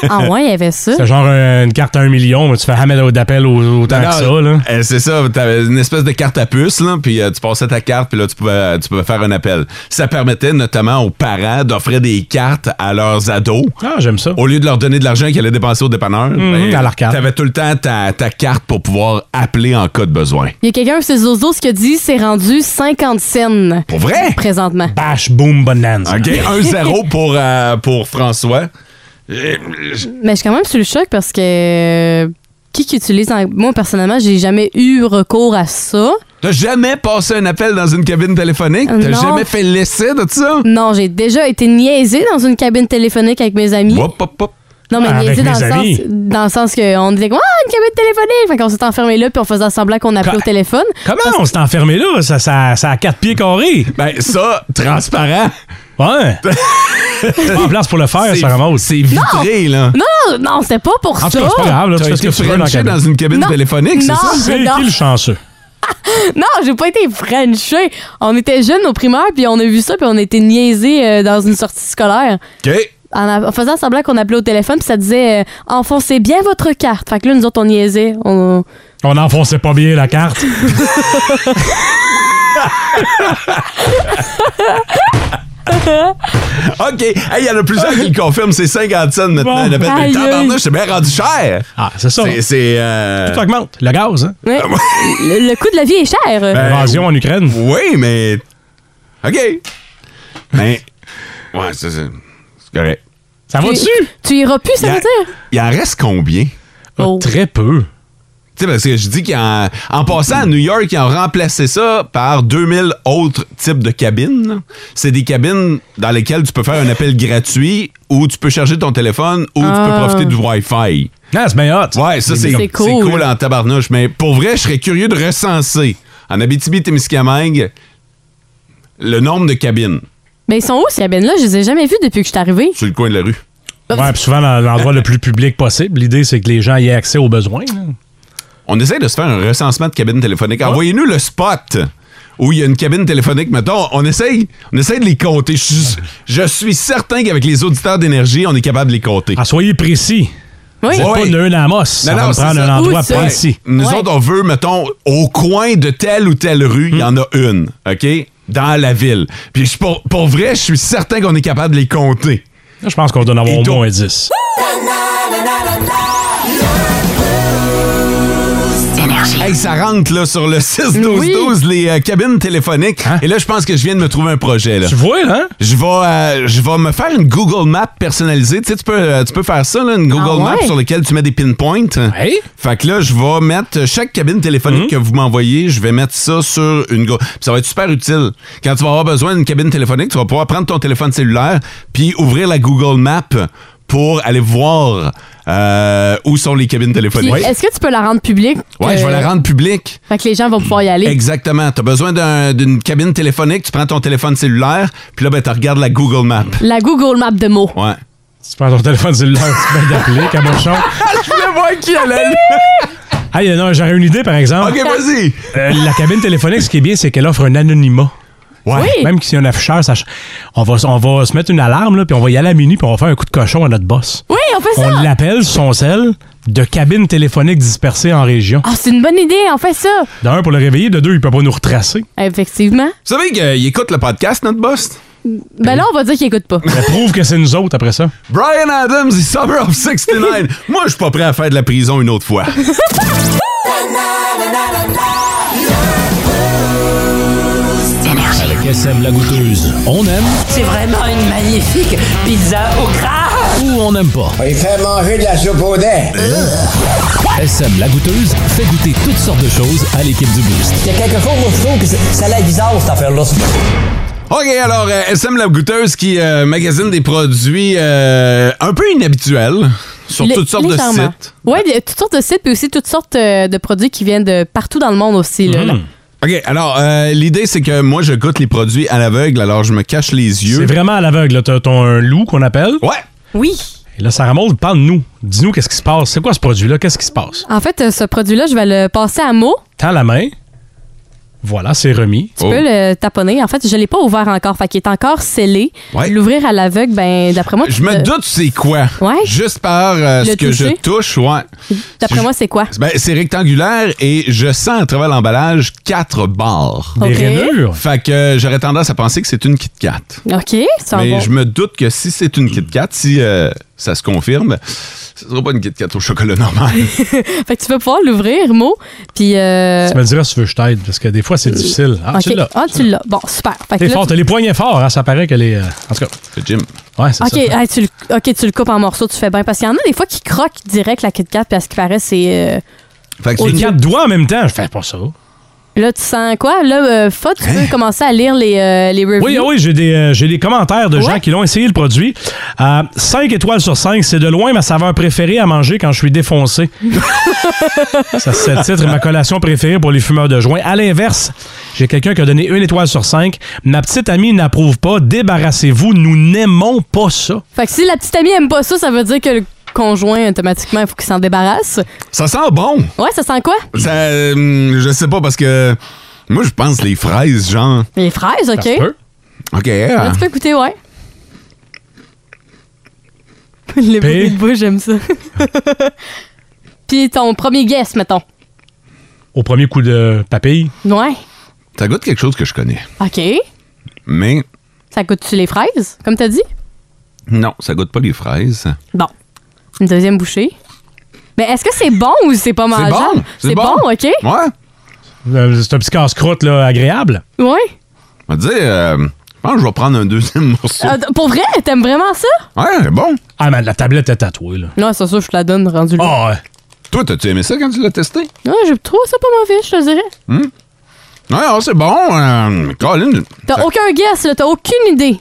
S3: Ah ouais, il y avait ça.
S4: C'est genre un- une carte à un million, mais tu fais jamais d'appel au- autant que ça,
S2: Non,
S4: là.
S2: euh, c'est ça, t'avais une espèce de carte à puce, là, puis euh, tu passais ta carte, puis là, tu pouvais, euh, tu pouvais faire un appel. Ça permettait notamment aux parents d'offrir des cartes à leurs ados.
S4: Ah, j'aime ça.
S2: Au lieu de leur donner de l'argent qu'ils allaient dépenser au dépanneur, ben,
S4: Mhm, à leur carte.
S2: t'avais tout le temps ta, ta carte pour pouvoir appeler en cas de besoin.
S3: Il y a quelqu'un sur Zozo qui a dit c'est rendu 50 cents
S2: Pour vrai?
S3: présentement.
S4: Bash, boom, bonanza.
S2: OK, 1-0 pour, euh, pour François.
S3: Mais je suis quand même sur le choc parce que euh, qui qui utilise en- moi personnellement, j'ai jamais eu recours à ça.
S2: T'as jamais passé un appel dans une cabine téléphonique? T'as
S3: Non.
S2: jamais fait l'essai de ça?
S3: Non, j'ai déjà été niaisée dans une cabine téléphonique avec mes amis.
S2: Hop, hop, hop.
S3: Non, mais
S4: Avec
S3: niaisée dans
S4: mes
S3: le,
S4: amis.
S3: sens, dans le sens qu'on disait comme, Ah, une cabine téléphonique! Fait qu'on s'est enfermé là puis on faisait semblant qu'on appelait au
S4: Quoi?
S3: téléphone.
S4: Comment on s'est enfermé là? Ça, ça, ça a quatre pieds carrés.
S2: Ben, ça, transparent.
S4: Ouais. en place pour le faire,
S2: C'est-
S4: ça ramasse.
S2: C'est vitré, là.
S3: Non, non, non, c'était pas pour
S4: En tout
S3: ça.
S4: cas, c'est pas grave, Ah, là, tu
S2: T'as
S4: fais ce
S2: été
S4: que tu veux dans la
S2: frenché
S4: cabine.
S2: dans une cabine
S3: Non.
S2: téléphonique, c'est
S3: Non.
S2: ça?
S4: C'est
S3: Non.
S4: qui le chanceux?
S3: Non, j'ai pas été frenchée. On était jeunes au primaire puis on a vu ça puis on a été niaisés euh, dans une sortie scolaire.
S2: OK.
S3: en, a- en faisant semblant qu'on appelait au téléphone, puis ça disait euh, enfoncez bien votre carte. Fait que là, nous autres, on niaisait. On...
S4: On n'enfonçait pas bien la carte.
S2: OK. Hey, il y en a plusieurs qui le confirment. C'est 50 cents
S4: Bon.
S2: maintenant. Le fait, mais
S3: Aïe,
S2: tabarnouche,
S3: aïe.
S2: c'est bien rendu cher.
S4: Ah, c'est ça.
S2: C'est- C'est... euh,
S4: Tout augmente. Le gaz, hein?
S3: Ouais. le, le coût de la vie est cher.
S4: L'invasion en Ukraine.
S2: Euh, Oui, mais... OK. Mais... Ouais, c'est c'est- c'est correct.
S4: Ça va
S3: tu,
S4: dessus?
S3: tu iras plus, ça
S2: Il en-
S3: veut dire?
S2: Il en reste combien?
S3: Oh.
S4: Ah, Très peu.
S2: Tu sais, parce que je dis qu'en en passant à New York, ils ont remplacé ça par 2000 autres types de cabines. là. C'est des cabines dans lesquelles tu peux faire un appel gratuit ou tu peux charger ton téléphone ou tu peux
S3: Ah.
S2: profiter du Wi-Fi.
S4: Non, c'est bien hot.
S2: Ouais, ça, c'est
S3: C'est
S2: c'est cool.
S3: cool.
S2: en tabarnouche. Mais pour vrai, je serais curieux de recenser en Abitibi-Témiscamingue le nombre de cabines
S3: Ben, ils sont où, ces cabines-là? Je les ai jamais vues depuis que je suis arrivée.
S2: sur le coin de la rue.
S4: Ouais, puis souvent dans l'endroit le plus public possible. L'idée, c'est que les gens y aient accès aux besoins. là.
S2: On essaie de se faire un recensement de cabines téléphoniques. Envoyez-nous le spot où il y a une cabine téléphonique. Mettons, on essaye, on essaye de les compter. Je, suis- je suis certain qu'avec les auditeurs d'énergie, on est capable de les compter.
S4: Ah, soyez précis.
S3: Oui.
S4: C'est pas
S2: Ouais.
S4: de une à mos. Ça
S2: Non,
S4: va
S2: non,
S4: me
S2: c'est
S4: prendre
S2: ça.
S4: un endroit
S3: Où ça?
S4: précis.
S2: Nous
S3: Ouais.
S2: autres, on veut, mettons, au coin de telle ou telle rue, il y en a une, OK? Dans la ville. Puis je- pour, pour vrai, je suis certain qu'on est capable de les compter.
S4: Là, Je pense qu'on doit en avoir
S2: Et
S4: au
S2: donc-
S4: moins 10.
S2: Hey, ça rentre là, sur le 6-12-12, les euh, cabines téléphoniques.
S4: Hein?
S2: Et là, je pense que je viens de me trouver un projet. Là.
S4: Tu vois, hein?
S2: Je vais, euh, je vais me faire une Google Map personnalisée. Tu sais, tu peux, euh, tu peux faire ça, là, une Google
S3: Ah
S2: Map
S3: ouais?
S2: sur laquelle tu mets des pinpoints.
S4: Hey.
S2: Fait que là, je vais mettre chaque cabine téléphonique
S3: Mhm.
S2: que vous m'envoyez, je vais mettre ça sur une Go- Puis ça va être super utile. Quand tu vas avoir besoin d'une cabine téléphonique, tu vas pouvoir prendre ton téléphone cellulaire puis ouvrir la Google Map pour aller voir Euh, où sont les cabines
S3: Puis,
S2: téléphoniques?
S3: Est-ce que tu peux la rendre publique? Euh,
S2: Ouais, je vais la rendre publique.
S3: Fait que les gens vont pouvoir y aller.
S2: Exactement. Tu as besoin d'un- d'une cabine téléphonique, tu prends ton téléphone cellulaire, puis là, ben, tu regardes la Google Map.
S3: La Google Map de mots.
S2: Ouais.
S4: Tu prends ton téléphone cellulaire, tu peux d'appeler, cabochon.
S2: je voulais voir qui allait.
S4: Ah, il y en a un, j'aurais une idée, par exemple.
S2: OK, vas-y.
S4: Euh, la cabine téléphonique, ce qui est bien, c'est qu'elle offre un anonymat.
S2: Ouais.
S3: Oui.
S4: Même si y a un afficheur, ça ch- on, va, on va se mettre une alarme, là, puis on va y aller à minuit, puis on va faire un coup de cochon à notre boss.
S3: Oui, on fait
S4: On
S3: ça.
S4: l'appelle sur son sel de cabine téléphonique dispersée en région.
S3: Ah, c'est une bonne idée, on fait ça.
S4: D'un, pour le réveiller, de deux, il peut pas nous retracer.
S3: Effectivement.
S2: Vous savez qu'il écoute le podcast, notre boss?
S3: Ben là, on va dire qu'ils écoutent pas.
S4: Ça prouve que c'est nous autres après
S3: Hmm.
S4: ça.
S2: Brian Adams, il Summer of 69. Moi, je suis pas prêt à faire de la prison une autre fois.
S1: Avec SM la goûteuse, on aime
S9: C'est vraiment une magnifique pizza au gras.
S1: ou on n'aime pas.
S11: Il fait manger de la soupe au lait.
S1: SM la goûteuse fait goûter toutes sortes de choses à l'équipe du Boost.
S11: Il y a quelque chose où je trouve que c'est- ça a l'air bizarre, cette affaire-là.
S2: OK, alors, euh, SM La Goûteuse qui euh, magasine des produits euh, un peu inhabituels sur
S3: Lé-
S2: toutes sortes de
S3: légèrement.
S2: sites.
S3: Ouais, il y a toutes sortes de sites, puis aussi toutes sortes euh, de produits qui viennent de partout dans le monde aussi. Là,
S2: Mm.
S3: là.
S2: OK, alors, euh, l'idée, c'est que moi, je goûte les produits à l'aveugle, alors je me cache les yeux.
S4: C'est vraiment à l'aveugle. là. T'as ton un loup qu'on appelle.
S2: Ouais.
S3: Oui.
S4: Et là, Sarah Maud, parle-nous. Dis-nous qu'est-ce qui se passe. C'est quoi ce produit-là? Qu'est-ce qui se passe?
S3: En fait, euh, ce produit-là, je vais le passer à mot.
S4: Tends la main. Voilà, c'est remis.
S2: Oh.
S3: Tu peux le taponner. En fait, je l'ai pas ouvert encore, fait qu'il est encore scellé.
S2: Ouais.
S3: L'ouvrir à l'aveugle, ben d'après moi,
S2: Je
S3: tu
S2: me
S3: te-
S2: doute c'est quoi.
S3: Ouais.
S2: Juste par euh,
S3: Le
S2: ce que
S3: toucher.
S2: je touche, ouais.
S3: D'après moi, c'est quoi
S2: Ben, c'est rectangulaire et je sens à travers l'emballage quatre barres.
S3: Ok.
S4: Des rainures.
S2: Fait que euh, j'aurais tendance à penser que c'est une Kit Kat.
S3: Ok, c'est un
S2: Mais
S3: bon.
S2: je me doute que si c'est une Kit Kat, si euh, ça se confirme, ce sera pas une Kit Kat au chocolat normal.
S3: Fait que tu vas pouvoir l'ouvrir, mot. Puis euh...
S4: Tu me diras si tu veux que je t'aide, parce que des fois, c'est difficile. Ah,
S3: ok.
S4: tu l'as.
S3: Ah, tu l'as. Bon, super. Fait que
S4: T'es
S3: là,
S4: fort,
S3: tu-
S4: t'as les poignets forts, hein, ça paraît qu'elle est. euh, En tout cas,
S2: Le Jim.
S4: ouais, c'est
S3: Ok, euh,
S4: ça.
S3: hey, tu le, ok, tu le coupes en morceaux, tu fais bien. Parce qu'il y en a des fois qui croquent direct la Kit Kat, puis à ce qui paraît, c'est. euh,
S2: Fait que
S4: Les
S2: c'est-
S4: quatre doigts en même temps, je fais pas ça.
S3: Là, tu sens quoi? Là, euh, Fa, tu veux commencer à lire les, euh, les reviews?
S4: Hein? Oui, ah oui, j'ai des, euh, j'ai des commentaires de gens
S3: Ouais.
S4: qui l'ont essayé le produit. 5 étoiles sur 5, c'est de loin ma saveur préférée à manger quand je suis défoncé. Ça, c'est le titre, ma collation préférée pour les fumeurs de joint. À l'inverse, j'ai quelqu'un qui a donné une étoile sur 5. Ma petite amie n'approuve pas. Débarrassez-vous, nous n'aimons pas ça.
S3: Fait que si la petite amie aime pas ça, ça veut dire que le conjoint, automatiquement, il faut qu'il s'en débarrasse.
S2: Ça sent bon.
S3: Ouais, ça sent quoi?
S2: Ça, euh, je sais pas parce que moi, je pense les fraises, genre.
S3: Les fraises, OK.
S4: Ça se peut.
S2: OK.
S3: Là,
S2: ah.
S3: tu peux écouter, ouais. Les bruits de bouche, j'aime ça. Puis ton premier guess, mettons.
S4: Au premier coup de papille,
S3: Ouais.
S2: Ça goûte quelque chose que je connais.
S3: OK.
S2: Mais
S3: Ça goûte-tu les fraises, comme t'as dit?
S2: non, ça goûte pas les fraises.
S3: Bon. Une deuxième bouchée. Mais est-ce que c'est bon ou c'est pas
S2: C'est
S3: mangeable?
S2: bon.
S3: OK.
S2: Ouais.
S4: euh, c'est un petit casse-croûte là, agréable.
S3: Ouais.
S2: On va dire, euh, je pense que je vais prendre un deuxième morceau.
S3: Euh, pour vrai, t'aimes vraiment ça?
S2: Ouais, bon.
S4: Ah, mais la tablette est tatouée. Là.
S3: Non, c'est ça, je te la donne rendu là.
S2: Oh.
S4: Ah, ouais.
S2: Toi, t'as-tu aimé ça quand tu l'as testé?
S3: Non, je trouve ça pas mauvais, je te dirais.
S2: Ouais, ah, c'est bon. euh, Colin,
S3: T'as
S2: ça,
S3: aucun guess, là, t'as aucune idée.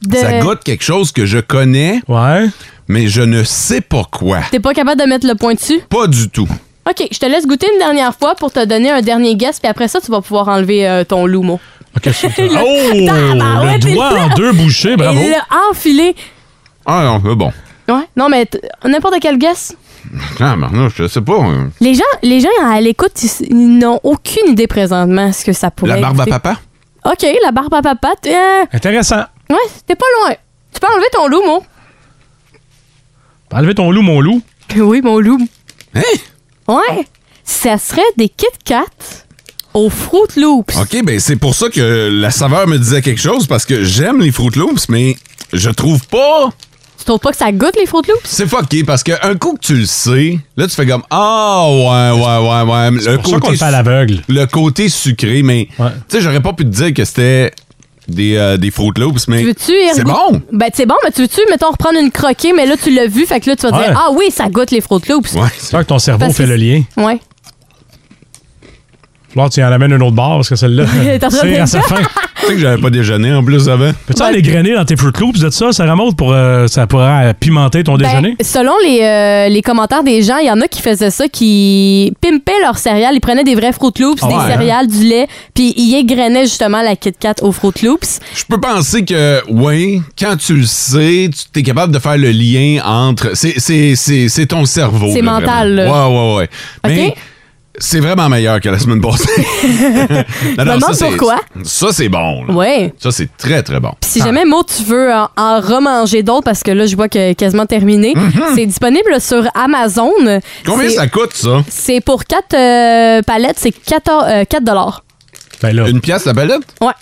S3: De...
S2: ça goûte quelque chose que je connais,
S4: Ouais.
S2: mais je ne sais pas quoi.
S3: T'es pas capable de mettre le point dessus?
S2: Pas du tout.
S3: OK, je te laisse goûter une dernière fois pour te donner un dernier guess, puis après ça, tu vas pouvoir enlever euh, ton loup, mot.
S4: Ok, c'est ça. Oh!
S3: tabarouette,
S4: Le
S3: il
S4: doigt
S3: l'a.
S4: en deux bouchées,
S3: Et
S4: bravo.
S3: le enfilé.
S2: Ah non, mais bon.
S3: Ouais. Non, mais t- n'importe quel guess.
S2: Ah, mais non, je sais pas. euh,
S3: Les gens, les gens à l'écoute, ils, ils n'ont aucune idée présentement ce que ça pourrait
S2: La barbe à
S3: goûter.
S2: papa?
S3: OK, la barbe à papa. t- euh,
S4: Intéressant.
S3: ouais, t'es pas loin. Tu peux enlever ton loup, mon.
S4: Enlevez ton loup, mon loup.
S3: Oui, mon loup.
S2: Hein?
S3: Ouais. Ça serait des Kit Kats aux Fruit Loops.
S2: OK, ben c'est pour ça que la saveur me disait quelque chose, parce que j'aime les Fruit Loops, mais je trouve pas...
S3: Tu trouves pas que ça goûte les Fruit Loops?
S2: C'est fucké, parce qu'un coup que tu le sais, là, tu fais comme... Ah, ouais, ouais, ouais, ouais.
S4: C'est pour ça qu'on le fait à l'aveugle.
S2: le côté sucré, mais
S4: Ouais.
S2: tu sais, j'aurais pas pu te dire que c'était des, euh, des Fruit Loops, mais
S3: Tu veux-tu y
S2: c'est
S3: regoût-
S2: bon.
S3: Ben, c'est bon, mais tu veux-tu, mettons, reprendre une croquée, mais là, tu l'as vu, fait que là, tu vas
S4: Ouais.
S3: dire, ah oui, ça goûte les Fruit Loops.
S2: Ouais,
S4: C'est vrai que ton cerveau
S3: Parce
S4: fait
S3: que-
S4: le lien.
S3: Ouais.
S4: Là, tu en amènes un autre bar parce que celle-là.
S3: T'es en train de
S4: c'est
S3: dire
S4: à sa fin.
S2: Tu sais que j'avais pas déjeuné en plus avant.
S4: Peux-tu aller grainer dans tes Fruit Loops de ça, ça remonte pour euh, ça pourra pimenter ton déjeuner?
S3: Ben, selon les, euh, les commentaires des gens, il y en a qui faisaient ça, qui pimpaient leurs céréales. Ils prenaient des vrais Fruit Loops,
S2: Ah
S3: des
S2: ouais,
S3: céréales, du lait, puis ils égrenaient justement la Kit Kat aux Fruit Loops.
S2: Je peux penser que, oui, quand tu le sais, tu es capable de faire le lien entre. C'est- C'est c'est- c'est ton cerveau.
S3: C'est
S2: là,
S3: mental, là.
S2: vraiment. Ouais, ouais, ouais. Mais c'est vraiment meilleur que la semaine passée.
S3: Je me demande
S2: ça, c'est-
S3: pourquoi.
S2: Ça, c'est bon. là.
S3: Ouais.
S2: Ça, c'est très, très bon.
S3: Puis Si jamais, Mo, tu veux en, en remanger d'autres, parce que là, je vois que quasiment terminé, c'est disponible sur Amazon.
S2: Mhm. Combien
S3: C'est-
S2: ça coûte, ça?
S3: C'est pour 4 palettes, c'est 14, euh, 4 dollars.
S4: Ben
S2: Une pièce la palette?
S3: Ouais.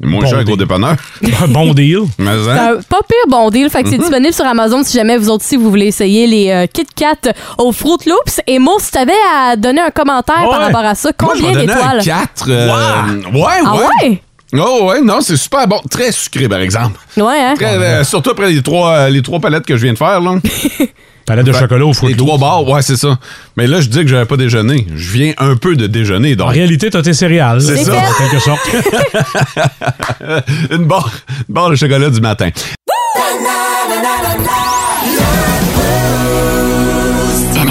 S2: Moins cher qu'au dépanneur.
S4: bon deal.
S2: Mais, hein?
S3: C'est un pas pire bon deal. Fait que c'est
S2: Mhm.
S3: disponible sur Amazon si jamais vous autres aussi vous voulez essayer les euh, Kit Kat aux Fruit Loops. Et Mo, si t'avais à donner un commentaire par
S2: Ouais.
S3: rapport à ça,
S2: Moi, je vais
S3: combien
S2: donner un
S3: d'étoiles?
S2: 4. euh,
S3: Wow.
S2: Ouais, ouais.
S3: Ah ouais?
S2: Oh, ouais, non, c'est super bon. Très sucré, par exemple.
S3: Ouais, hein?
S2: Très, euh, surtout après les trois, euh, les trois palettes que je viens de faire. Là.
S4: Palette de chocolat au
S2: Ben, Les trois barres, ouais, c'est ça. Mais là, je dis que j'avais pas déjeuné. Je viens un peu de déjeuner. Donc.
S4: En réalité, t'as tes céréales.
S2: C'est ça. Euh,
S4: En quelque sorte.
S2: une, barre, une barre de chocolat du matin.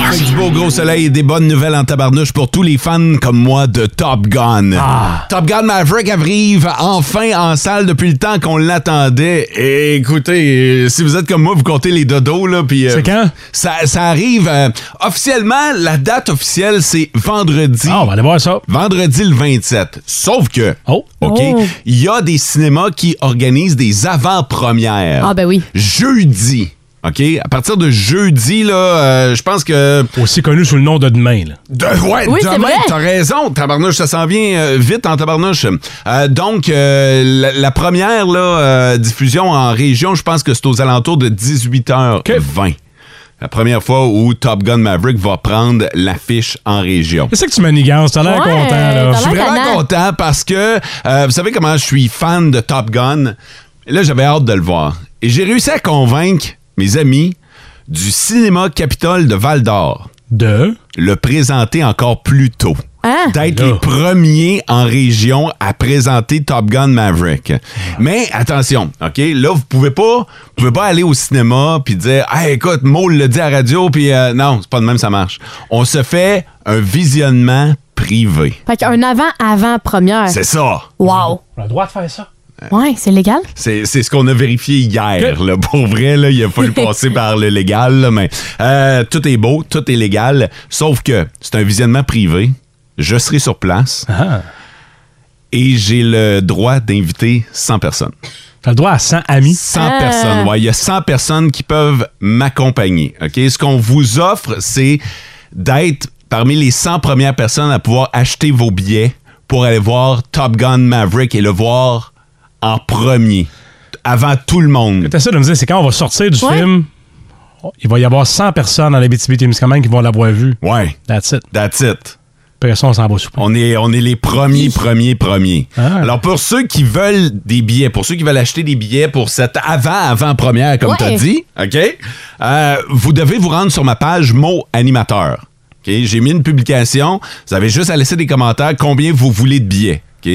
S2: Avec Du beau gros soleil et des bonnes nouvelles en tabarnouche pour tous les fans comme moi de Top Gun.
S4: Ah.
S2: Top Gun Maverick arrive enfin en salle depuis le temps qu'on l'attendait. Et Écoutez, euh, si vous êtes comme moi, vous comptez les dodos là, puis. euh,
S4: C'est quand?
S2: Ça, ça arrive euh, officiellement. La date officielle, c'est vendredi. Ah, on va
S4: aller voir ça.
S2: Vendredi le 27. Sauf que.
S4: Oh.
S2: Ok.
S3: Oh.
S2: Il y a des cinémas qui organisent des avant-premières.
S3: Ah, ben oui.
S2: Jeudi. OK? À partir de jeudi, là, euh, je pense que.
S4: Aussi connu sous le nom de demain, là.
S2: De, ouais,
S4: Oui, c'est
S2: demain,
S4: vrai.
S2: t'as raison, tabarnouche, ça s'en vient euh, vite en tabarnouche. Euh, donc, euh, la, la première là, euh, diffusion en région, je pense que c'est aux alentours de 18h20. La première fois où Top Gun Maverick va prendre l'affiche en région.
S4: Qu'est-ce que tu manigances? T'as l'air
S2: Ouais,
S4: content, là.
S2: Je suis vraiment content parce que euh, vous savez comment je suis fan de Top Gun. Là, j'avais hâte de le voir. Et j'ai réussi à convaincre mes amis du cinéma Capitole de Val d'Or
S4: de
S2: le présenter encore plus tôt. D'être les premiers en région à présenter Top Gun Maverick. Mais attention, OK? Là, vous pouvez pas, vous pouvez pas aller au cinéma puis dire, hey, écoute, Maul le dit à la radio, puis euh, non, c'est pas de même, ça marche. On se fait un visionnement privé.
S3: Fait qu'un avant-avant-première.
S2: C'est ça.
S3: Wow.
S4: On a le droit de faire ça.
S3: Ouais, c'est légal?
S2: C'est c'est ce qu'on a vérifié hier. Là. Pour vrai, là, il a fallu passer par le légal. là, mais euh, tout est beau, tout est légal. Sauf que c'est un visionnement privé. Je serai sur place.
S4: Ah.
S2: Et j'ai le droit d'inviter 100 personnes.
S4: T'as le droit à 100 amis.
S2: 100 personnes, ouais. Il y a 100 personnes qui peuvent m'accompagner. OK? Ce qu'on vous offre, c'est d'être parmi les 100 premières personnes à pouvoir acheter vos billets pour aller voir Top Gun Maverick et le voir en premier, avant tout le monde.
S4: T'essaies de me dire, c'est quand on va sortir du film, il va y avoir 100 personnes dans la BTB qui vont l'avoir vu.
S2: Ouais.
S4: That's it.
S2: That's it.
S4: Personne, on s'en va souper.
S2: On est, on est les premiers, premiers, premiers. Alors, pour ceux qui veulent des billets, pour ceux qui veulent acheter des billets pour cette avant-avant-première, comme
S4: Ouais.
S2: tu as dit, OK? euh, vous devez vous rendre sur ma page Mot Animateur. OK? J'ai mis une publication. Vous avez juste à laisser des commentaires combien vous voulez de billets. OK?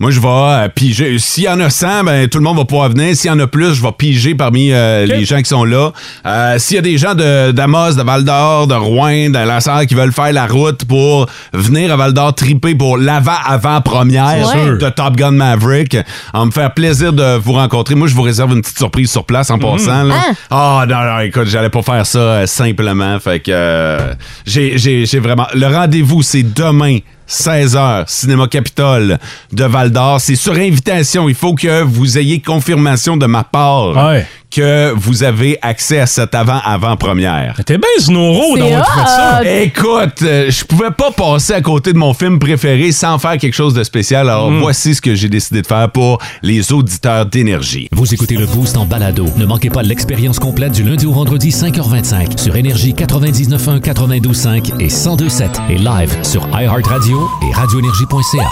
S2: Moi, je vais euh, piger. S'il y en a 100, ben, tout le monde va pouvoir venir. S'il y en a plus, je vais piger parmi euh, les gens qui sont là. Euh, S'il y a des gens de- d'Amos, de, Val d'Or, de Rouen, de La Sarre qui veulent faire la route pour venir à Val d'Or triper pour l'avant-avant-première
S4: C'est sûr.
S2: de Top Gun Maverick, en me faire plaisir de vous rencontrer. Moi, je vous réserve une petite surprise sur place en passant. là. Ah, non, non, écoute, j'allais pas faire ça euh, simplement. Fait que euh, j'ai- j'ai j'ai vraiment. Le rendez-vous, c'est demain. 16h, Cinéma Capitole de Val d'Or. C'est sur invitation. Il faut que vous ayez confirmation de ma part que vous avez accès à cette avant-avant-première.
S4: T'es bien Snoro,
S2: C'est
S4: donc, tu fais ça.
S2: hot! Écoute, euh, je pouvais pas passer à côté de mon film préféré sans faire quelque chose de spécial. Alors
S1: Hmm.
S2: voici ce que j'ai décidé de faire pour les auditeurs d'énergie.
S1: Vous écoutez le Boost en balado. Ne manquez pas l'expérience complète du lundi au vendredi 5h25 sur Énergie 99.1, 92.5 et 102.7 et live sur iHeartRadio et radioénergie.ca.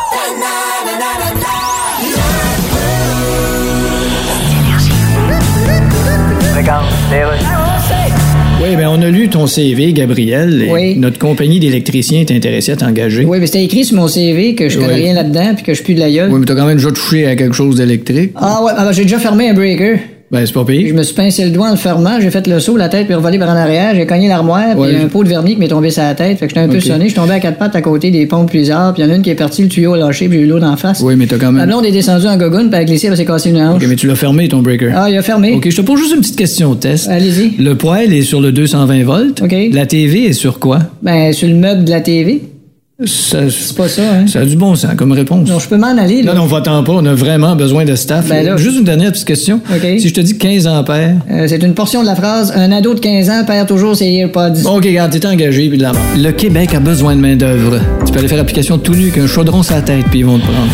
S6: Oui, bien, on a lu ton CV, Gabriel. et
S7: Oui.
S6: Notre compagnie d'électriciens est intéressée à t'engager.
S7: Oui, mais c'était écrit sur mon CV que je connais
S6: Ouais.
S7: rien là-dedans puis que je pue de la gueule.
S6: Oui, mais t'as quand même déjà touché à quelque chose d'électrique.
S7: Ah ouais, ah ben, j'ai déjà fermé un breaker.
S6: Ben, c'est pas pire.
S7: Je me suis pincé le doigt en le fermant, j'ai fait le saut, la tête puis revolé par en arrière, j'ai cogné l'armoire, puis
S6: Ouais.
S7: il y a un pot de vernis qui m'est tombé sur la tête, fait que j'étais un peu
S6: Ok.
S7: sonné, je suis tombé à quatre pattes à côté des pompes plusieurs, puis il y en a une qui est partie, le tuyau a lâché, puis j'ai eu l'eau d'en face.
S6: Oui, mais t'as quand même.
S7: La blonde est descendue en gogoune, puis elle a glissé, elle s'est cassée une hanche.
S6: OK, mais tu l'as fermé, ton breaker.
S7: Ah, il a fermé.
S6: OK, je te pose juste une petite question test.
S7: Allez-y.
S6: Le poêle est sur le 220 volts.
S7: OK.
S6: La TV est sur quoi?
S7: Ben, sur le meuble de la TV.
S6: Ça,
S7: C'est pas ça, hein.
S6: ça a du bon sens comme réponse.
S7: Non, je peux m'en aller, là.
S6: Non, non, va-t'en pas, on a vraiment besoin de staff.
S7: Ben là-
S6: Juste une dernière petite question.
S7: OK.
S6: Si je te dis 15 ampères.
S7: Euh, c'est une portion de la phrase Un ado de 15 ans perd toujours ses AirPods.
S6: Bon, OK, regarde, t'es engagé, puis de la mort. Le Québec a besoin de main-d'œuvre. Tu peux aller faire application tout nu, qu'un chaudron sur la tête, puis ils vont te prendre.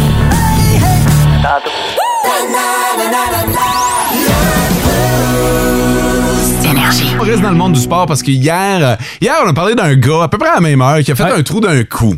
S2: On reste dans le monde du sport parce que hier, euh, hier on a parlé d'un gars à peu près à la même heure qui a fait un trou d'un coup.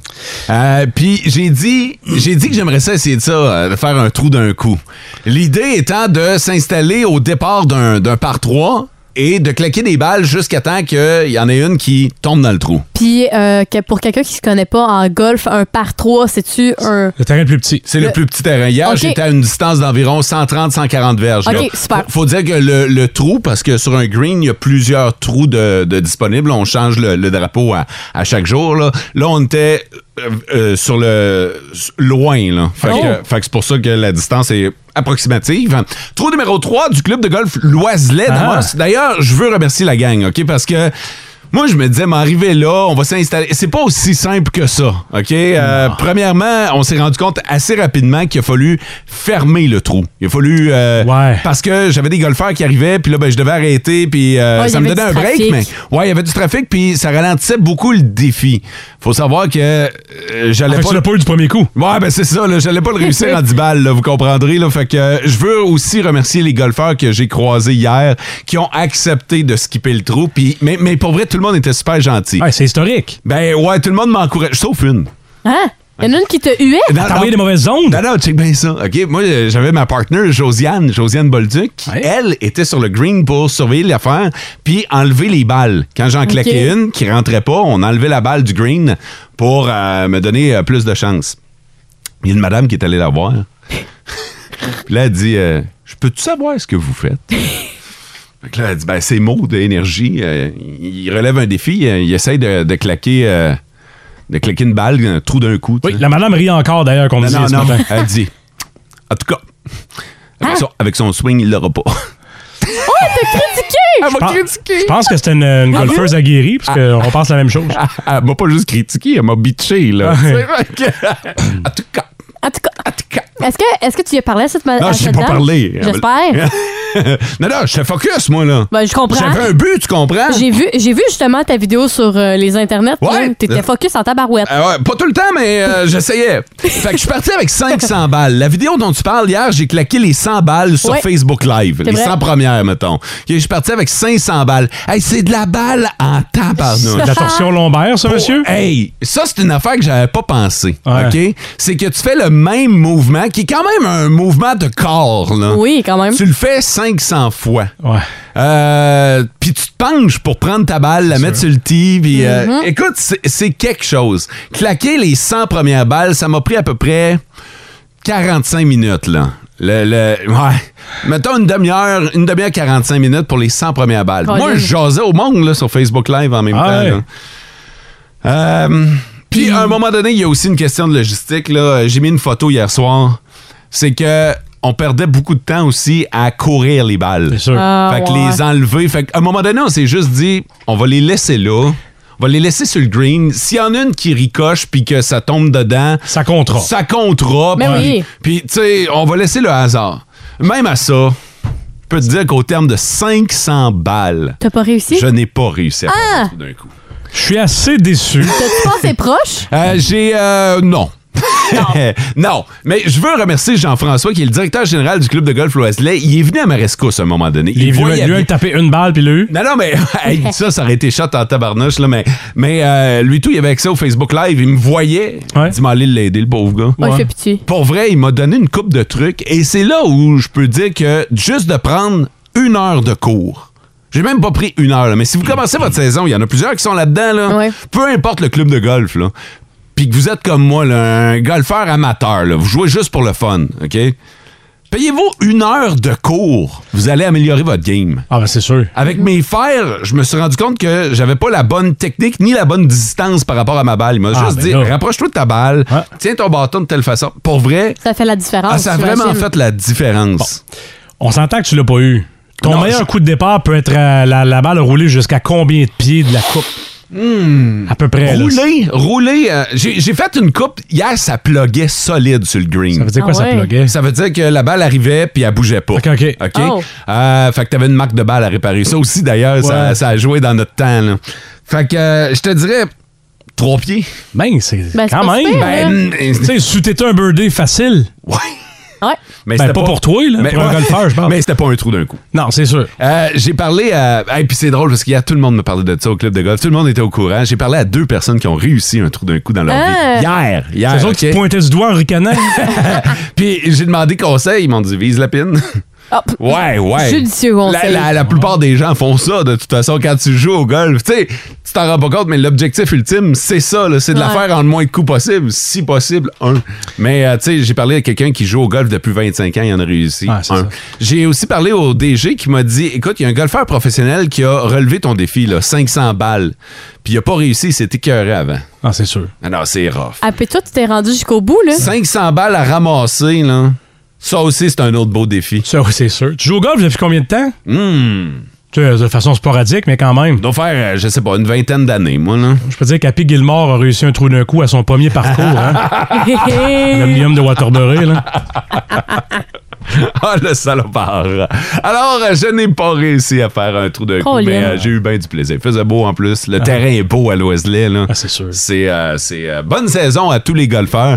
S2: Euh, Puis j'ai dit, j'ai dit que j'aimerais ça essayer de ça, euh, de faire un trou d'un coup. L'idée étant de s'installer au départ d'un d'un par trois et de claquer des balles jusqu'à temps qu'il y en ait une qui tombe dans le trou.
S3: Puis euh, que pour quelqu'un qui se connaît pas en golf, un par trois, c'est-tu un.
S2: Le terrain le plus petit. C'est le, plus petit terrain. Hier,
S3: Ok.
S2: j'étais à une distance d'environ 130-140 verges.
S3: Ok,
S2: là.
S3: super.
S2: Faut, faut dire que le, le trou, parce que sur un green, il y a plusieurs trous de, de disponibles. On change le, le drapeau à, à chaque jour. Là, Là, on était euh, euh, sur le s- loin. Là. Fait,
S12: Oh.
S2: que, fait que c'est pour ça que la distance est approximative. Trou numéro 3 du club de golf Loiselet d'Amos. D'ailleurs, je veux remercier la gang, OK? Parce que moi, je me disais, m'arriver là, on va s'installer. C'est pas aussi simple que ça, OK? Euh, premièrement, on s'est rendu compte assez rapidement qu'il a fallu fermer le trou. Il a fallu... euh, Parce que j'avais des golfeurs qui arrivaient, puis là, ben, je devais arrêter, puis euh,
S12: Ouais, il y
S2: ça me
S12: avait
S2: donnait un
S12: du
S2: break,
S12: trafic.
S2: mais... Ouais, il y avait du trafic, puis ça ralentissait beaucoup le défi. Faut savoir que euh, j'allais
S4: En Ah, fait,
S2: pas...
S4: tu l'as pas eu du premier coup.
S2: Ouais, ben c'est ça, là, j'allais pas le réussir en 10 balles, là, vous comprendrez. Là, fait que euh, je veux aussi remercier les golfeurs que j'ai croisés hier qui ont accepté de skipper le trou. Puis, mais, mais pour vrai, tout le monde était super gentil. Ouais, c'est historique. Ben ouais, tout le monde m'encourage, sauf une.
S3: Hein? Il y en a une qui te huait?
S2: mauvaises ondes? Non, non, check bien ça. OK, moi, euh, j'avais ma partner, Josiane, Josiane Bolduc, qui, elle, était sur le green pour surveiller l'affaire puis enlever les balles. Quand j'en claquais
S12: Ok.
S2: une qui rentrait pas, on enlevait la balle du green pour euh, me donner euh, plus de chance. Il y a une madame qui est allée la voir. Puis là, elle dit euh, Je peux-tu savoir ce que vous faites Fait que là, elle dit ben, C'est Maud Énergie. euh, il relève un défi. euh, il essaye de, de claquer. euh, de claquer une balle, un trou d'un coup. Oui,
S4: La madame rit encore d'ailleurs qu'on
S2: non,
S4: disait
S2: non,
S4: ce
S2: non.
S4: matin. Ah!
S2: Elle dit. En tout cas, avec, son, avec son swing, il l'aura pas.
S3: Oh, elle t'a critiqué! Elle
S4: Je pense- Je pense que c'était une, une
S2: Ah,
S4: golfeuse aguerrie, parce qu'on pense la même chose.
S2: Elle m'a pas juste critiqué, elle m'a bitché, là.
S4: Ah,
S12: Euh,
S3: Est-ce que, est-ce que tu y as parlé à cette ma-
S2: Non,
S3: à
S2: je sais
S3: cette
S2: pas
S3: dame?
S2: parler.
S3: J'espère.
S2: non, non, je te focus, moi, là.
S12: Bah,
S3: Ben, je comprends.
S2: J'avais un but, tu comprends?
S3: J'ai vu, j'ai vu justement ta vidéo sur euh, les internets.
S2: Ouais.
S3: là. T'étais focus en tabarouette.
S2: Euh, ouais, pas tout le temps, mais euh, j'essayais. Fait que je suis parti avec 500 balles. La vidéo dont tu parles hier, j'ai claqué les 100 balles sur
S12: Ouais.
S2: Facebook Live.
S12: C'est
S2: Les
S12: vrai.
S2: 100 premières, mettons. Ok, Je suis parti avec 500 balles. Hey, c'est de la balle en tabarnouche.
S4: De la torsion
S2: lombaire, ça, monsieur? Oh, Hey, ça, c'est une affaire que j'avais pas pensé. OK? C'est que tu fais le même mouvement, qui est quand même un mouvement de corps, là.
S3: Oui, quand même.
S2: Tu le fais 500 fois. Ouais. Euh, puis tu te penches pour prendre ta balle, la mettre sur le tee, puis euh,
S12: Mhm.
S2: Écoute, c'est- c'est quelque chose. Claquer les 100 premières balles, ça m'a pris à peu près 45 minutes, là. Le, le- ouais. Mettons une demi-heure, une demi-heure 45 minutes pour les 100 premières balles.
S12: Colin.
S2: Moi, je jasais au monde là, sur Facebook Live en même
S12: Ah
S2: temps.
S12: ouais.
S2: là. Euh, Puis à un moment donné, il y a aussi une question de logistique. là. J'ai mis une photo hier soir. C'est que on perdait beaucoup de temps aussi à courir les balles.
S12: Ah,
S2: fait que
S12: ouais.
S2: les enlever. Fait qu'à un moment donné, on s'est juste dit, on va les laisser là. On va les laisser sur le green. S'il y en a une qui ricoche puis que ça tombe dedans, ça comptera. Ça comptera.
S12: Mais
S2: puis-
S12: oui.
S2: Puis, tu sais, on va laisser le hasard. Même à ça, je peux te dire qu'au terme de 500 balles,
S3: T'as pas réussi?
S2: je n'ai pas réussi à faire
S3: Ah!
S2: ça d'un coup. Je suis assez déçu.
S3: T'as-tu passé proche?
S2: Euh, J'ai. euh, non. Non. mais je veux remercier Jean-François, qui est le directeur général du club de golf Loiselet. Il est venu à ma rescousse à un moment donné.
S4: Il est venu- lui, il a
S2: tapé une balle, puis il eu. Non, non, mais hey, ça, ça aurait été shot en tabarnouche, là, mais, mais euh, lui tout, il avait accès au Facebook Live. Il me voyait. Il dit, mais allez l'aider, le pauvre gars.
S3: Ouais, il fait pitié.
S2: Pour vrai, il m'a donné une coupe de trucs, et c'est là où je peux dire que juste de prendre une heure de cours, J'ai même pas pris une heure, là, mais si vous commencez votre saison, il y en a plusieurs qui sont là-dedans, là. peu importe le club de golf, là, puis que vous êtes comme moi, là, un golfeur amateur, là, vous jouez juste pour le fun, OK? Payez-vous une heure de cours, vous allez améliorer votre game.
S4: Ah ben c'est sûr.
S2: Avec mes fers, je me suis rendu compte que j'avais pas la bonne technique ni la bonne distance par rapport à ma balle. Il m'a
S4: Ah,
S2: juste
S4: ben
S2: dit,
S4: là.
S2: rapproche-toi de ta balle, tiens ton bâton de telle façon. Pour vrai,
S3: Ça fait la différence.
S2: ah, ça a vraiment
S3: j'imagine.
S2: fait la différence.
S4: On s'entend que tu l'as pas eu. Ton
S2: Non,
S4: meilleur
S2: je-
S4: coup de départ peut être euh, la, la balle roulée jusqu'à combien de pieds de la coupe? À peu près. là.
S2: Rouler, rouler. euh, J'ai j'ai fait une coupe. Hier, ça pluguait solide sur le green. Ça veut
S4: dire quoi, Ah ça ouais? pluguait?
S2: Ça veut dire que la balle arrivait puis elle bougeait pas. OK,
S4: OK.
S3: Oh.
S2: Euh, fait que t'avais une marque de balle à réparer. Ça aussi, d'ailleurs, ça,
S4: Ouais.
S2: ça a joué dans notre temps. là. Fait que euh, je te dirais trois pieds.
S4: Ben, c'est
S3: Ben, c'est
S4: quand
S3: pas si
S4: même.
S3: pire, là.
S4: tu sais, si t'étais un birdie facile.
S2: Ouais.
S3: Ouais.
S2: Mais
S4: Ben,
S2: c'était
S4: pas pour toi, là, pour un golfeur, je parle.
S2: Mais c'était pas un trou d'un coup.
S4: Non, c'est sûr.
S2: Euh, j'ai parlé à. Et puis c'est drôle parce qu'hier, tout le monde me parlait de ça au club de golf. Tout le monde était au courant. J'ai parlé à deux personnes qui ont réussi un trou d'un coup dans leur
S4: Ah.
S2: vie. Hier. hier
S4: C'est eux autres qui te pointaient du doigt en ricanant.
S2: puis j'ai demandé conseil. Ils m'ont dit vise la pine.
S3: Hop.
S2: Ouais, ouais.
S3: Judicieux
S2: la,
S3: conseil.
S2: la, la plupart des gens font ça, de toute façon, quand tu joues au golf. Tu sais, tu t'en rends pas compte, mais l'objectif ultime, c'est ça, là, c'est de la
S3: Ouais.
S2: faire en le moins de coups possible, si possible, un. Mais, euh, tu sais, j'ai parlé à quelqu'un qui joue au golf depuis 25 ans, il en a réussi un. J'ai aussi parlé au DG qui m'a dit écoute, il y a un golfeur professionnel qui a relevé ton défi, là, 500 balles, puis il a pas réussi, c'était écœuré avant.
S4: Ah, c'est sûr.
S2: Ah non, c'est rough.
S3: Ah, puis toi, tu t'es rendu jusqu'au bout, là.
S2: 500 balles à ramasser, là. Ça aussi, c'est un autre beau défi.
S4: Ça, oui, c'est sûr. Tu joues au golf depuis combien de temps? Tu sais, de façon sporadique, mais quand même.
S2: doit faire, euh, je sais pas, une vingtaine d'années, moi, là.
S4: Je peux dire qu'Happy Gilmore a réussi un trou d'un coup à son premier parcours. Hein? le minimum de Waterbury. Là.
S2: Ah, le salopard! Alors, euh, je n'ai pas réussi à faire un trou d'un coup,
S4: Oh,
S2: mais
S4: là.
S2: euh, j'ai eu bien du plaisir. Il faisait beau en plus. Le terrain est beau à l'Oiselet, là.
S4: Ah. c'est sûr.
S2: C'est euh, c'est, euh, bonne saison à tous les golfeurs.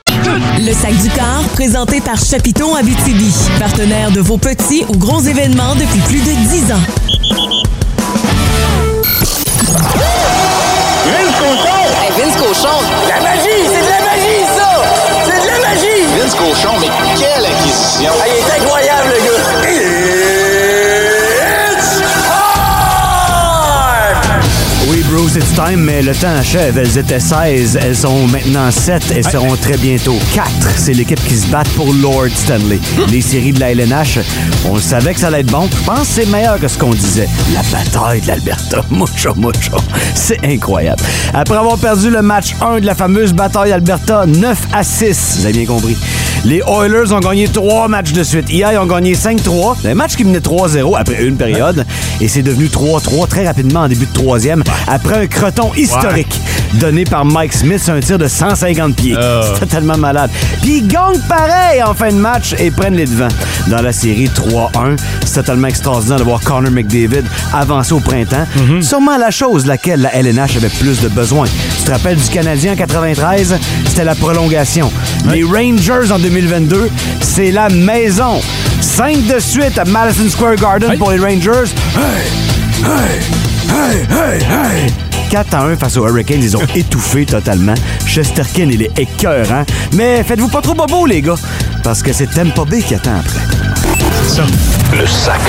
S9: Le sac du corps, présenté par Chapiton Abitibi, partenaire de vos petits ou gros événements depuis plus de 10 ans.
S12: Vince Cochon! Vince Cochon! La magie! C'est de la magie, ça! C'est de la magie! Vince Cochon, mais quelle acquisition! il est incroyable, le gars!
S13: Oui, Bros, it's time, mais le temps achève. Elles étaient 16, elles sont maintenant 7 et seront très bientôt 4. C'est l'équipe qui se bat pour Lord Stanley. Les séries de la LNH, on le savait que ça allait être bon. Je pense que c'est meilleur que ce qu'on disait. La bataille de l'Alberta. Mucho, mucho. C'est incroyable. Après avoir perdu le match 1 de la fameuse bataille Alberta, 9 à 6, vous avez bien compris. Les Oilers ont gagné trois matchs de suite. Hier, ils ont gagné 5-3. Un match qui menait 3-0 après une période. Et c'est devenu 3-3 très rapidement en début de troisième. Après un croton historique donné par Mike Smith sur un tir de 150 pieds. C'était tellement malade. Puis ils gagnent pareil en fin de match et prennent les devants. Dans la série 3-1, c'est tellement extraordinaire de voir Connor McDavid avancer au printemps. Sûrement la chose laquelle la LNH avait plus de besoin. Tu te rappelles du Canadien en 93? C'était la prolongation. Les Rangers en 2022, c'est la maison. 5 de suite à Madison Square Garden pour les Rangers. Hey! Hey! Hey! Hey! hey! 4 à 1 face aux Hurricanes, ils ont étouffé totalement. Chesterkin, il est écœurant. Mais faites-vous pas trop bobo, les gars, parce que c'est Tempo B qui attend après.
S5: Le sac.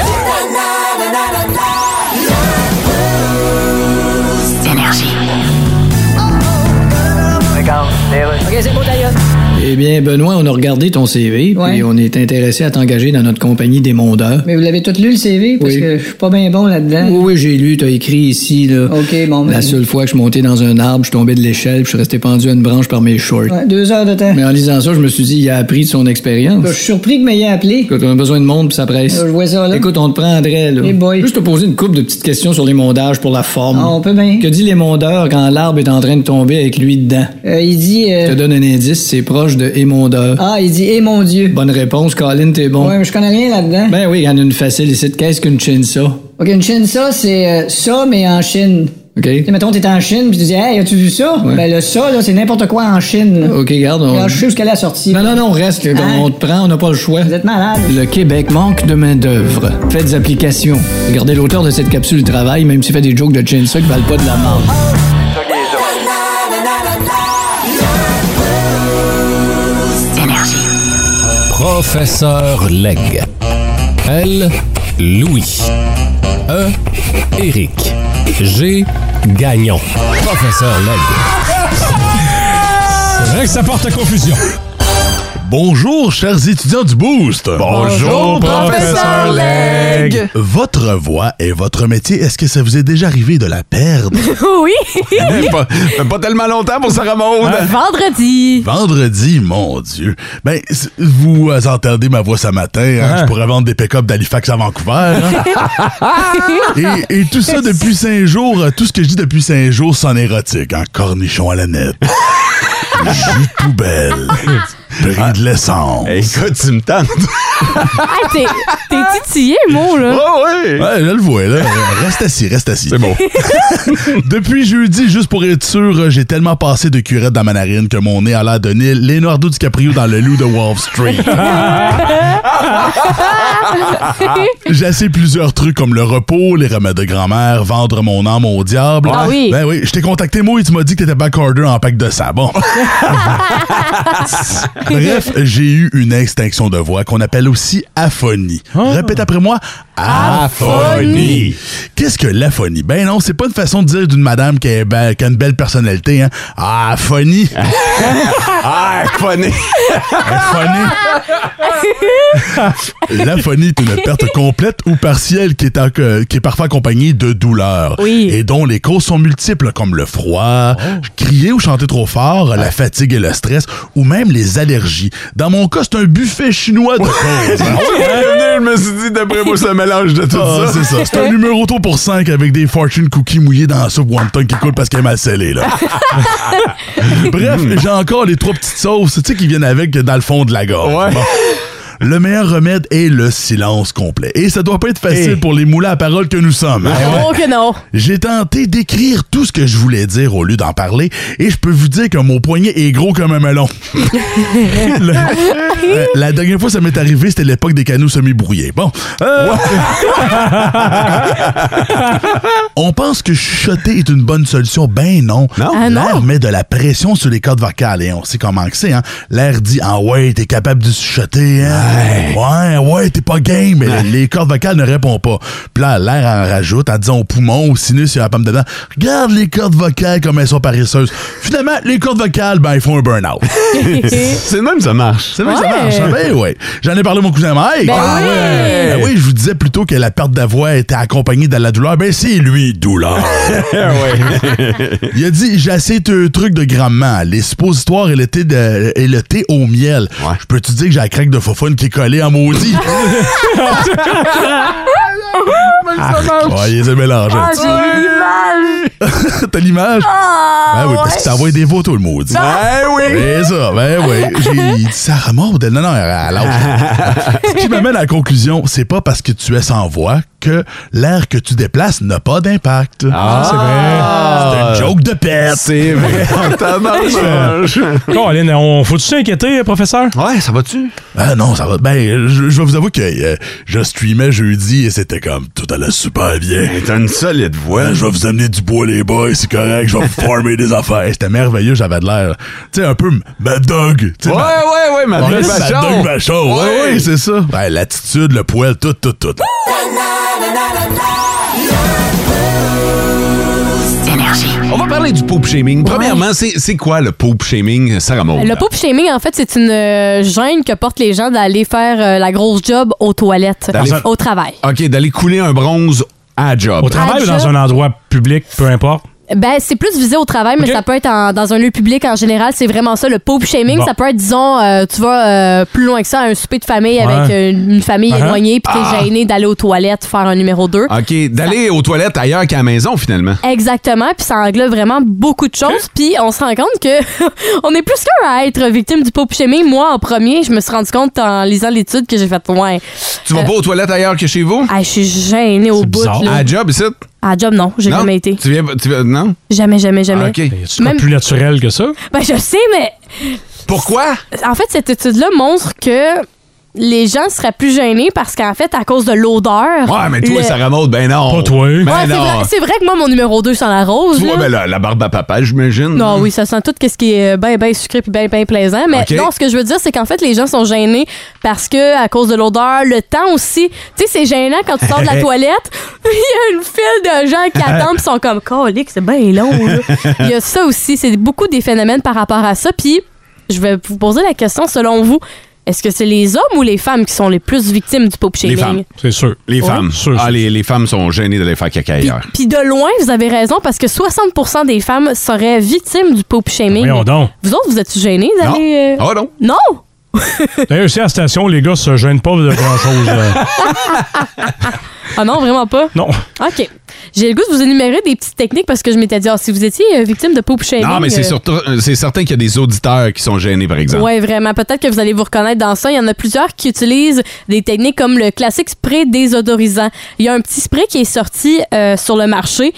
S12: OK, c'est bon, d'ailleurs.
S6: Eh bien, Benoît, on a regardé ton CV, puis on est intéressé à t'engager dans notre compagnie des mondeurs.
S7: Mais vous l'avez tout lu, le CV, parce
S6: Oui.
S7: que je suis pas bien bon là-dedans.
S6: Oui, oui, j'ai lu, t'as écrit ici, là.
S7: OK, bon,
S6: La
S7: ben-
S6: seule fois que je suis monté dans un arbre, je suis tombé de l'échelle, puis je suis resté pendu à une branche par mes shorts.
S7: Ouais, deux heures de temps.
S6: Mais en lisant ça, je me suis dit, il a appris de son expérience.
S7: Je suis surpris que m'ayez appelé.
S6: Écoute, on a besoin de monde, puis ça presse.
S7: Euh, je vois ça, là.
S6: Écoute, on te prendrait, là.
S7: Eh boy.
S6: Juste te poser une couple de petites questions sur les mondages pour la forme.
S7: Ah, on peut bien.
S6: Que dit les mondeurs quand l'arbre est en train de tomber avec lui dedans?
S7: Euh, il dit...
S6: Je
S7: euh,
S6: te donne un indice, c'est proche de émondeur.
S7: Ah, il dit, eh mon Dieu.
S6: Bonne réponse, Colin, t'es bon.
S7: Ouais, mais je connais rien là-dedans.
S6: Ben oui, il y en a une facile ici. Qu'est-ce qu'une chinsa?
S7: OK, une Chine, ça, c'est euh, ça, mais en Chine.
S6: OK.
S7: Tu sais, mettons, t'es en Chine, puis tu dis, hey, as-tu vu ça?
S6: Ouais.
S7: Ben, le ça, là, c'est n'importe quoi en Chine. là.
S6: OK, garde. On...
S7: Là, je sais où est-ce qu'elle est sortie.
S6: Non, non, non, reste. là,
S7: Hein?
S6: On te prend, on n'a pas le choix.
S7: Vous êtes malade.
S6: Le Québec manque de main-d'œuvre. Faites application. Regardez l'auteur de cette capsule travail, même s'il fait des jokes de chinsa qui valent pas de la merde.
S1: Professeur Leg. L. Louis. E. Éric. G. Gagnon. Professeur Leg.
S4: C'est vrai que ça porte à confusion.
S14: Bonjour, chers étudiants du Boost.
S4: Bonjour, professeur Legge.
S14: Votre voix et votre métier, est-ce que ça vous est déjà arrivé de la perdre?
S3: oui.
S14: pas, tellement longtemps pour Sarah Maud.
S3: Vendredi.
S14: Vendredi, mon Dieu. Ben, c- vous euh, entendez ma voix ce matin. hein, Je pourrais vendre des pick-up d'Halifax à Vancouver. hein. et, et tout ça depuis cinq jours, euh, tout ce que je dis depuis cinq jours, c'en est érotique. Hein? Cornichon à la nette. Jus de poubelle. Bris de l'essence. Écoute, tu me tentes.
S3: Ah, t'es t'es titillé, le mot, là.
S2: Oh,
S14: ouais. je le vois, là. Reste assis, reste assis. C'est bon. Depuis jeudi, juste pour être sûr, euh, j'ai tellement passé de curettes dans ma narine que mon nez a l'air de Nil, Leonardo DiCaprio dans le loup de Wall Street. J'ai essayé plusieurs trucs comme le repos, les remèdes de grand-mère, vendre mon âme au diable.
S12: Ah oui.
S14: Ben oui, je t'ai contacté, moi, et tu m'as dit que t'étais backorder en pack de ça. Bon. Bref, j'ai eu une extinction de voix qu'on appelle aussi aphonie.
S15: Ah.
S14: Répète après moi. Aphonie. Qu'est-ce que l'aphonie? Ben non, c'est pas une façon de dire d'une madame qui, est belle- qui a une belle personnalité. Hein. Aphonie.
S2: Ah,
S14: aphonie. L'aphonie est une perte complète ou partielle qui est, en- euh, qui est parfois accompagnée de douleurs et dont les causes sont multiples comme le froid, crier ou chanter trop fort, la fatigue et le stress ou même les allergies. Dans mon cas, c'est un buffet chinois de causes. hein.
S2: je me suis dit, d'après moi, c'est un mélange de tout
S14: Ah,
S2: Oh, ça.
S14: C'est ça. C'est un numéro tôt pour 5 avec des fortune cookies mouillés dans la soupe wonton qui coule parce qu'elle est mal scellée. Là. Bref, j'ai encore les trois petites sauces tu sais, qui viennent avec dans le fond de la gorge. Bon. Le meilleur remède est le silence complet. Et ça doit pas être facile pour les moulins à parole que nous sommes.
S2: ben
S14: hein.
S3: Oh que non.
S14: J'ai tenté d'écrire tout ce que je voulais dire au lieu d'en parler, et je peux vous dire que mon poignet est gros comme un melon. Le- euh, la dernière fois ça m'est arrivé, c'était l'époque des canaux semi-brouillés. Bon. Euh, On pense que chuchoter est une bonne solution. Ben non. L'air met de la pression sur les cordes vocales et on sait comment que c'est. Hein? L'air dit « Ah ouais, t'es capable de chuchoter. Hein? Ouais, ouais, t'es pas game. » Mais les cordes vocales ne répondent pas. Puis là, l'air en rajoute en disant au poumon, au sinus et à la pomme dedans « Regarde les cordes vocales comme elles sont paresseuses. » Finalement, les cordes vocales, ben, elles font un burn-out.
S2: C'est le même, ça marche.
S14: C'est vrai que ça marche. Ben ouais. J'en ai parlé à mon cousin Mike.
S2: Ben
S14: Ah
S2: oui.
S14: ouais. Ben oui, je vous disais plutôt que la perte de la voix était accompagnée de la douleur. Ben c'est lui, douleur. Il a dit J'ai assez de trucs de grand-mère, les suppositoires et le thé, de- et le thé au miel. Je peux-tu dire que j'ai la craque de fofone qui est collée en maudit Ouais, Ah, il les a mélangés.
S2: Ah,
S14: T'as l'image? ben oui, parce que t'envoies des photos, le maudit.
S12: Ben oui.
S14: C'est ça, ben oui. J'ai dit ça remonte. Non, non, elle lâche. Ce qui m'amène à la conclusion, c'est pas parce que tu es sans voix que l'air que tu déplaces n'a pas d'impact.
S2: Ah, c'est vrai.
S14: C'est une joke de pète.
S2: C'est vrai. Tabarnouche.
S4: Colin, on faut-tu s'inquiéter, professeur?
S2: Ouais, ça va-tu?
S14: Ah non, ça va. Ben, je, je vais vous avouer que euh, je streamais jeudi et c'était comme tout allait super bien.
S2: T'as une solide voix.
S14: Ouais, je vais vous amener du bois, les boys, c'est correct, je vais vous farmer des affaires. C'était merveilleux, j'avais de l'air, tu sais, un peu Mad Dog. tu sais,
S2: Ouais,
S14: ma-
S2: ouais, ouais, Mad
S14: Ouais,
S2: Dog Vachon.
S14: Dog Vachon, ouais,
S2: Ouais.
S14: ouais, c'est ça. Ben, l'attitude, le poil, tout, tout, tout.
S2: On va parler du poop shaming. Premièrement, c'est c'est quoi le poop shaming, Sarah Maud?
S3: Le poop shaming, en fait, c'est une euh, gêne que portent les gens d'aller faire euh, la grosse job aux toilettes,
S2: D'aller-
S3: au travail.
S2: OK, d'aller couler un bronze à la job.
S14: Ah,
S4: Au travail ou dans un endroit public, peu importe.
S3: Ben, c'est plus visé au travail, mais ça peut être en- dans un lieu public en général. C'est vraiment ça, le pauvre shaming.
S12: Bon.
S3: Ça peut être, disons, euh, tu vas euh, plus loin que ça, à un souper de famille
S2: Ouais.
S3: avec euh, une, famille
S2: Uh-huh.
S3: éloignée, puis t'es
S2: Ah.
S3: gêné d'aller aux toilettes faire un numéro 2.
S2: OK, d'aller aux toilettes ailleurs qu'à la maison, finalement.
S3: Exactement, puis ça englobe vraiment beaucoup de choses, puis on se rend compte que on est plus qu'un à être victime du pauvre shaming. Moi, en premier, je me suis rendu compte en lisant l'étude que j'ai faite, ouais.
S2: Tu vas
S3: Euh,
S2: pas aux toilettes ailleurs que chez vous?
S3: Ah, je suis gênée au bout.
S2: Bizarre.
S3: là.
S2: À la job, ici?
S3: À la job, non, j'ai
S2: Non?
S3: jamais été.
S2: Tu viens, tu viens- non?
S3: Jamais, jamais, jamais.
S2: Ah, OK.
S4: Ben,
S3: quoi de Même- plus
S2: naturel que ça?
S3: Ben, je sais, mais.
S2: Pourquoi?
S3: En fait, cette étude-là montre que les gens seraient plus gênés parce qu'en fait, à cause de l'odeur.
S2: Ouais, mais toi,
S3: le-
S2: ça remonte, ben non. Pas toi. Ben
S3: Ouais, c'est
S2: non.
S3: vrai, c'est vrai que moi, mon numéro 2, c'est la rose.
S2: Tu vois,
S3: là.
S2: ben la, la barbe à papa, j'imagine.
S3: Non, oui, ça sent tout ce qui est bien, bien sucré puis bien, bien plaisant. Mais
S2: Mm-hmm. Ok.
S3: non, ce que je veux dire, c'est qu'en fait, les gens sont gênés parce que, à cause de l'odeur, le temps aussi. Tu sais, c'est gênant quand tu sors de la toilette. Il y a une file de gens qui attendent puis sont comme, colique, c'est bien long. là. Il y a ça aussi. C'est beaucoup des phénomènes par rapport à ça. Puis, je vais vous poser la question selon vous. Est-ce que c'est les hommes ou les femmes qui sont les plus victimes du pop
S2: Les
S3: shaming?
S2: femmes. C'est sûr. Les
S3: Ouais.
S2: femmes. Ah, les, les femmes sont gênées d'aller faire caca ailleurs.
S3: Puis de loin, vous avez raison parce que 60 des femmes seraient victimes du pop shaming.
S4: Voyons donc.
S3: Vous autres, vous êtes gênés d'aller. euh,
S4: Ah non.
S3: Non!
S4: D'ailleurs, ici à la station, les gars se gênent pas de grand-chose. euh.
S3: Ah non, vraiment pas?
S4: Non.
S3: OK. J'ai le goût de vous énumérer des petites techniques parce que je m'étais dit, ah, si vous étiez euh, victime de pop shaming.
S2: Non, mais
S3: euh,
S2: c'est hein. surtout, c'est certain qu'il y a des auditeurs qui sont gênés, par exemple.
S3: Ouais, vraiment. Peut-être que vous allez vous reconnaître dans ça. Il y en a plusieurs qui utilisent des techniques comme le classique spray désodorisant. Il y a un petit spray qui est sorti euh, sur le marché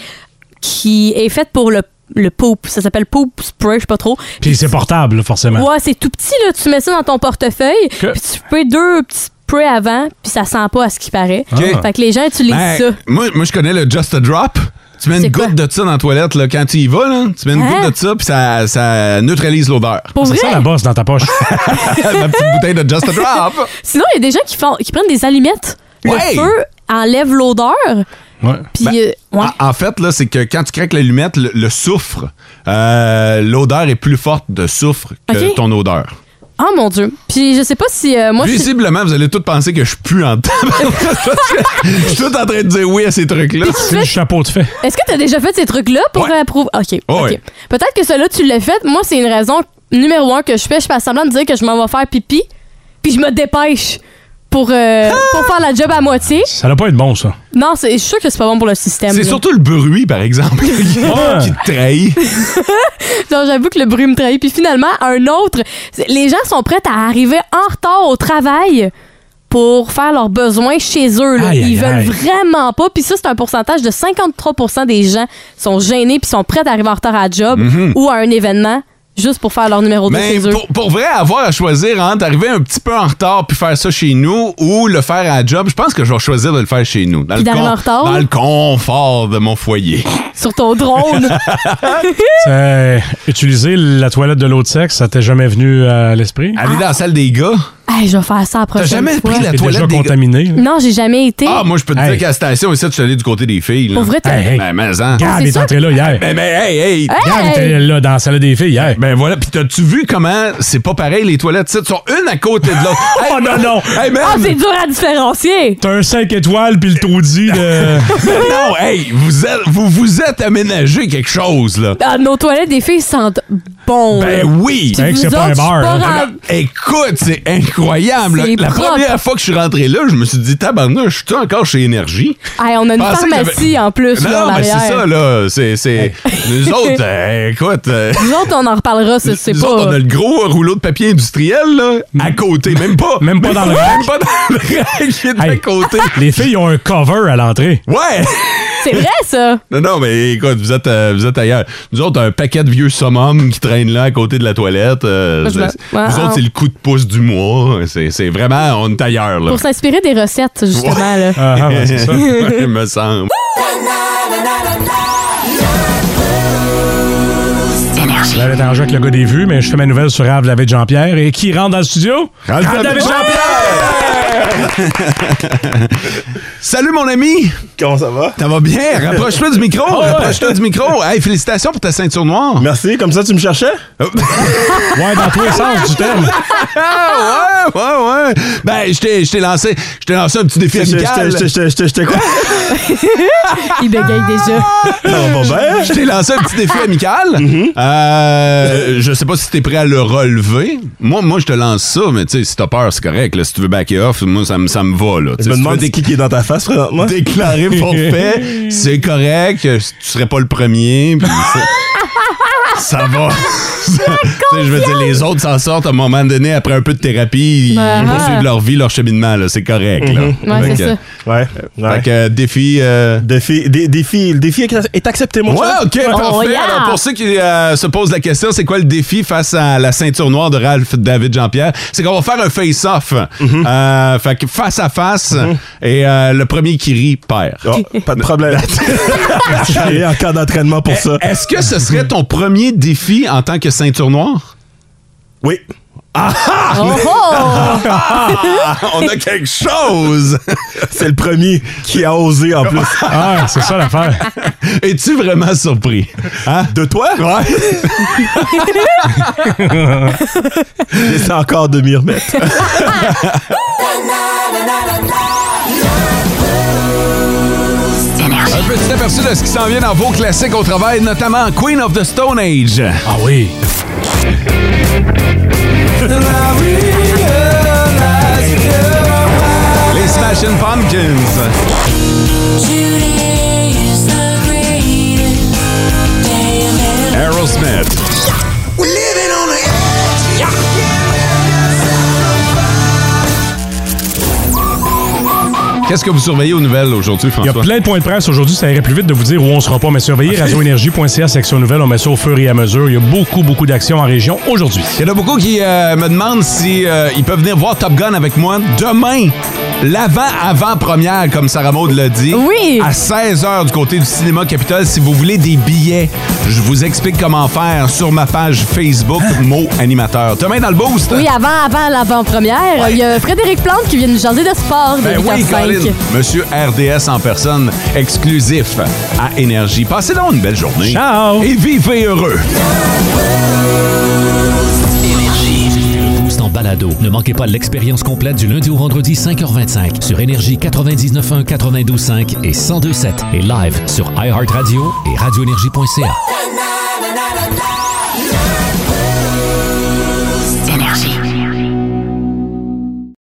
S3: qui est fait pour le le poop, ça s'appelle poop spray, je sais pas trop.
S4: Puis c'est portable, là, forcément.
S3: Ouais, c'est tout petit là, tu mets ça dans ton portefeuille,
S4: Que-
S3: puis tu fais deux petits sprays avant, puis ça sent pas à ce qui paraît.
S2: OK.
S3: Fait que les gens utilisent
S2: Ben,
S3: ça.
S2: Moi, moi, je connais le Just a Drop. Tu mets une goutte de ça dans la toilette là, quand tu y vas. Là, tu mets une
S3: Hein?
S2: goutte de ça, puis ça, ça neutralise l'odeur.
S3: Pour Ça vrai? sent la
S2: bosse dans ta poche. Ma petite bouteille de Just a Drop.
S3: Sinon, il y a des gens qui, font, qui prennent des allumettes.
S2: Ouais.
S3: Le feu enlève l'odeur. Puis,
S2: Ben,
S3: euh, ouais.
S2: en- En fait, là, c'est que quand tu craques l'allumette, le, le soufre, euh, l'odeur est plus forte de soufre que
S3: OK.
S2: ton odeur.
S3: Oh mon Dieu. Puis, je sais pas si. euh, moi, je suis-
S2: Visiblement, vous allez tous penser que je pue en temps. je suis tout en train de dire oui à ces trucs-là. C'est le chapeau de fait.
S3: Est-ce que tu as déjà fait ces trucs-là pour euh, approuver? OK.
S2: Ouais.
S3: OK. Peut-être que cela, tu l'as fait. Moi, c'est une raison numéro un que je fais. Je fais semblant de dire que je m'en vais faire pipi, puis je me dépêche pour, euh,
S2: Ah!
S3: pour faire la job à moitié.
S4: Ça doit pas être bon, ça.
S3: Non, c'est- je suis sûre que c'est pas bon pour le système.
S2: C'est
S3: là.
S2: surtout le bruit, par exemple, qui te trahit.
S3: Genre, j'avoue que le bruit me trahit. Puis finalement, un autre, c'est- les gens sont prêts à arriver en retard au travail pour faire leurs besoins chez eux. là.
S12: Aïe, aïe,
S3: Ils veulent
S12: aïe.
S3: vraiment pas. Puis ça, c'est un pourcentage de 53 des gens sont gênés puis sont prêts à arriver en retard à la job
S2: Mhm.
S3: ou à un événement juste pour faire leur numéro 2
S2: Mais
S3: chez eux.
S2: pour, pour vrai, avoir à choisir entre arriver un petit peu en retard puis faire ça chez nous ou le faire à la job, je pense que je vais choisir de le faire chez nous. Dans,
S3: Puis
S2: le,
S3: d'arriver en retard?
S2: dans le confort de mon foyer.
S3: Sur ton drone.
S4: C'est- Utiliser la toilette de l'autre sexe, ça t'est jamais venu euh, à l'esprit?
S2: Aller dans la salle des gars?
S3: Hey, je vais faire ça la prochaine
S4: jamais
S3: fois.
S4: pris Ah, la T'es toilette déjà des gars? contaminé, là.
S3: Non, j'ai jamais été.
S2: Ah, moi, je peux te dire qu'à la station, ici, je suis allé du côté des filles. Là.
S3: Eh. Pour vrai, t'as- Hey, hey.
S2: Ben, mais, hein.
S4: Gab Ah, est entré là hier.
S2: Ben, ben, hey, hey.
S4: Gab était là dans la salle des filles hier.
S2: Ben voilà, puis t'as-tu vu comment c'est pas pareil les toilettes, tu sais, sont une à côté de l'autre. oh non, non! Hey, man.
S3: Ah, c'est dur à différencier.
S4: T'as un 5 étoiles puis le taudis de.
S2: Mais non, hey, vous êtes, vous, vous êtes aménagé quelque chose, là.
S3: Ah, nos toilettes des filles sentent bon.
S2: Ben
S3: là.
S2: oui!
S3: Puis vous autres, je suis pas
S2: hein.
S3: ra-
S2: Écoute, c'est incroyable. là.
S3: C'est
S2: La
S3: propre.
S2: première fois que je suis rentré là, je me suis dit, tabarnak, je suis encore chez Énergie.
S3: Hey, on a une
S2: Pensais que j'avais-
S3: pharmacie en plus.
S2: Non,
S3: là, en
S2: non, mais c'est
S3: arrière.
S2: ça, là. C'est. c'est- Nous autres, euh, écoute. euh,
S3: Nous autres, on en reparlera, ça, c'est
S2: Nous
S3: pas.
S2: autres, on a le gros rouleau de papier industriel, là, à côté. Même pas. Même
S4: pas dans le rack.
S2: Même pas dans le rack, il est à côté.
S4: Les filles ont un cover à l'entrée.
S2: Ouais!
S3: C'est vrai, ça!
S2: Non, non, mais écoute, vous êtes, euh, vous êtes ailleurs. Nous autres, un paquet de vieux summums qui traînent là à côté de la toilette. euh,
S3: Moi, je
S2: c'est-
S3: me- Ouais,
S2: vous
S3: ah.
S2: autres, c'est le coup de pouce du mois. C'est c'est vraiment, on est ailleurs, là.
S3: Pour s'inspirer des recettes, justement. Là.
S4: Ah, ouais, c'est ça.
S2: Il me semble.
S4: Là, elle est en jeu avec le gars des vues, mais je fais ma nouvelle sur Rave David Jean-Pierre. Et qui rentre dans le studio?
S2: David
S4: Jean-Pierre!
S2: Salut mon ami!
S15: Comment ça va?
S2: Ça va bien? Rapproche-toi du micro!
S15: Ah ouais.
S2: Rapproche-toi du micro! Hey, félicitations pour ta ceinture noire!
S15: Merci, comme ça tu me cherchais?
S2: ouais, dans tous les sens du terme! ouais, ouais, ouais! Ben, je t'ai- je t'ai lancé, je t'ai lancé un petit défi
S15: Je- je-
S2: amical.
S15: je- je- je- je- quoi?
S3: Il bégaye déjà.
S15: Ah ben,
S2: Je t'ai lancé un petit défi amical.
S15: Mm-hmm.
S2: Euh, je sais pas si t'es prêt à le relever. Moi, moi je te lance ça, mais tu sais, si t'as peur, c'est correct. là. si tu veux backer off, moi, ça me ça me va. Là. Tu
S15: Je
S2: sais,
S15: me
S2: si tu
S15: demande
S2: veux
S15: c'est qui qui est dans ta face présentement.
S2: Déclaré forfait, c'est correct. euh, Tu serais pas le premier. puis ça- Ça va. Tu sais, je veux dire, les autres s'en sortent à un moment donné, après un peu de thérapie, ils
S3: Ben, ah.
S2: poursuivent leur vie, leur cheminement, là, c'est correct. là.
S3: Mhm. Ouais,
S2: Fait
S3: c'est
S2: que-
S3: ça.
S15: Ouais.
S2: Fait que euh, défi. euh,
S15: Défi, dé- défi, le défi est accepté, mon
S2: Ouais,
S15: cher.
S2: ok,
S15: Ouais.
S2: parfait. Alors, pour ceux qui euh, se posent la question, c'est quoi le défi face à la ceinture noire de Ralph David Jean-Pierre? C'est qu'on va faire un face-off. Euh, fait que face à face, et euh, le premier qui rit perd.
S4: Ah, Oh,
S15: pas de problème. J'ai encore d'entraînement pour ça.
S2: Est-ce que ce serait ton premier défi en tant que ceinture noire?
S15: Oui.
S2: Ah!
S3: Oh,
S2: On a quelque chose!
S15: c'est le premier qui a osé en plus.
S4: Ah, c'est ça l'affaire.
S2: Es-tu vraiment surpris? Hein?
S15: De toi? J'essaie encore de m'y remettre.
S2: Un petit aperçu de ce qui s'en vient dans vos classiques au travail, notamment Queen of the Stone Age. Ah oui. Les Smashing Pumpkins. Aerosmith. Qu'est-ce que vous surveillez aux nouvelles aujourd'hui,
S4: Il y
S2: François?
S4: a plein de points de presse aujourd'hui, ça irait plus vite de vous dire où on sera pas, mais surveillez radioénergie.ca, section nouvelle, on met ça au fur et à mesure. Il y a beaucoup, beaucoup d'actions en région aujourd'hui.
S2: Il y en a beaucoup qui euh, me demandent si euh, ils peuvent venir voir Top Gun avec moi demain. L'avant-avant-première, comme Sarah Maud l'a dit.
S3: Oui.
S2: À 16h du côté du Cinéma Capitole, si vous voulez des billets, je vous explique comment faire sur ma page Facebook, mot animateur. Demain dans le boost.
S3: Oui, avant, avant l'avant-première, il y a Frédéric Plante qui vient nous jaser de sport
S2: Ben
S3: de 8 à
S2: oui,
S3: 5.
S2: Colin. Monsieur RDS en personne, exclusif à Énergie. Passez donc une belle journée. Ciao. Et vivez heureux.
S1: Le Boost en balado. Ne manquez pas l'expérience complète du lundi au vendredi 5h25 sur Énergie 99.1, 92.5 et 102.7 et live sur iHeartRadio et radioénergie.ca.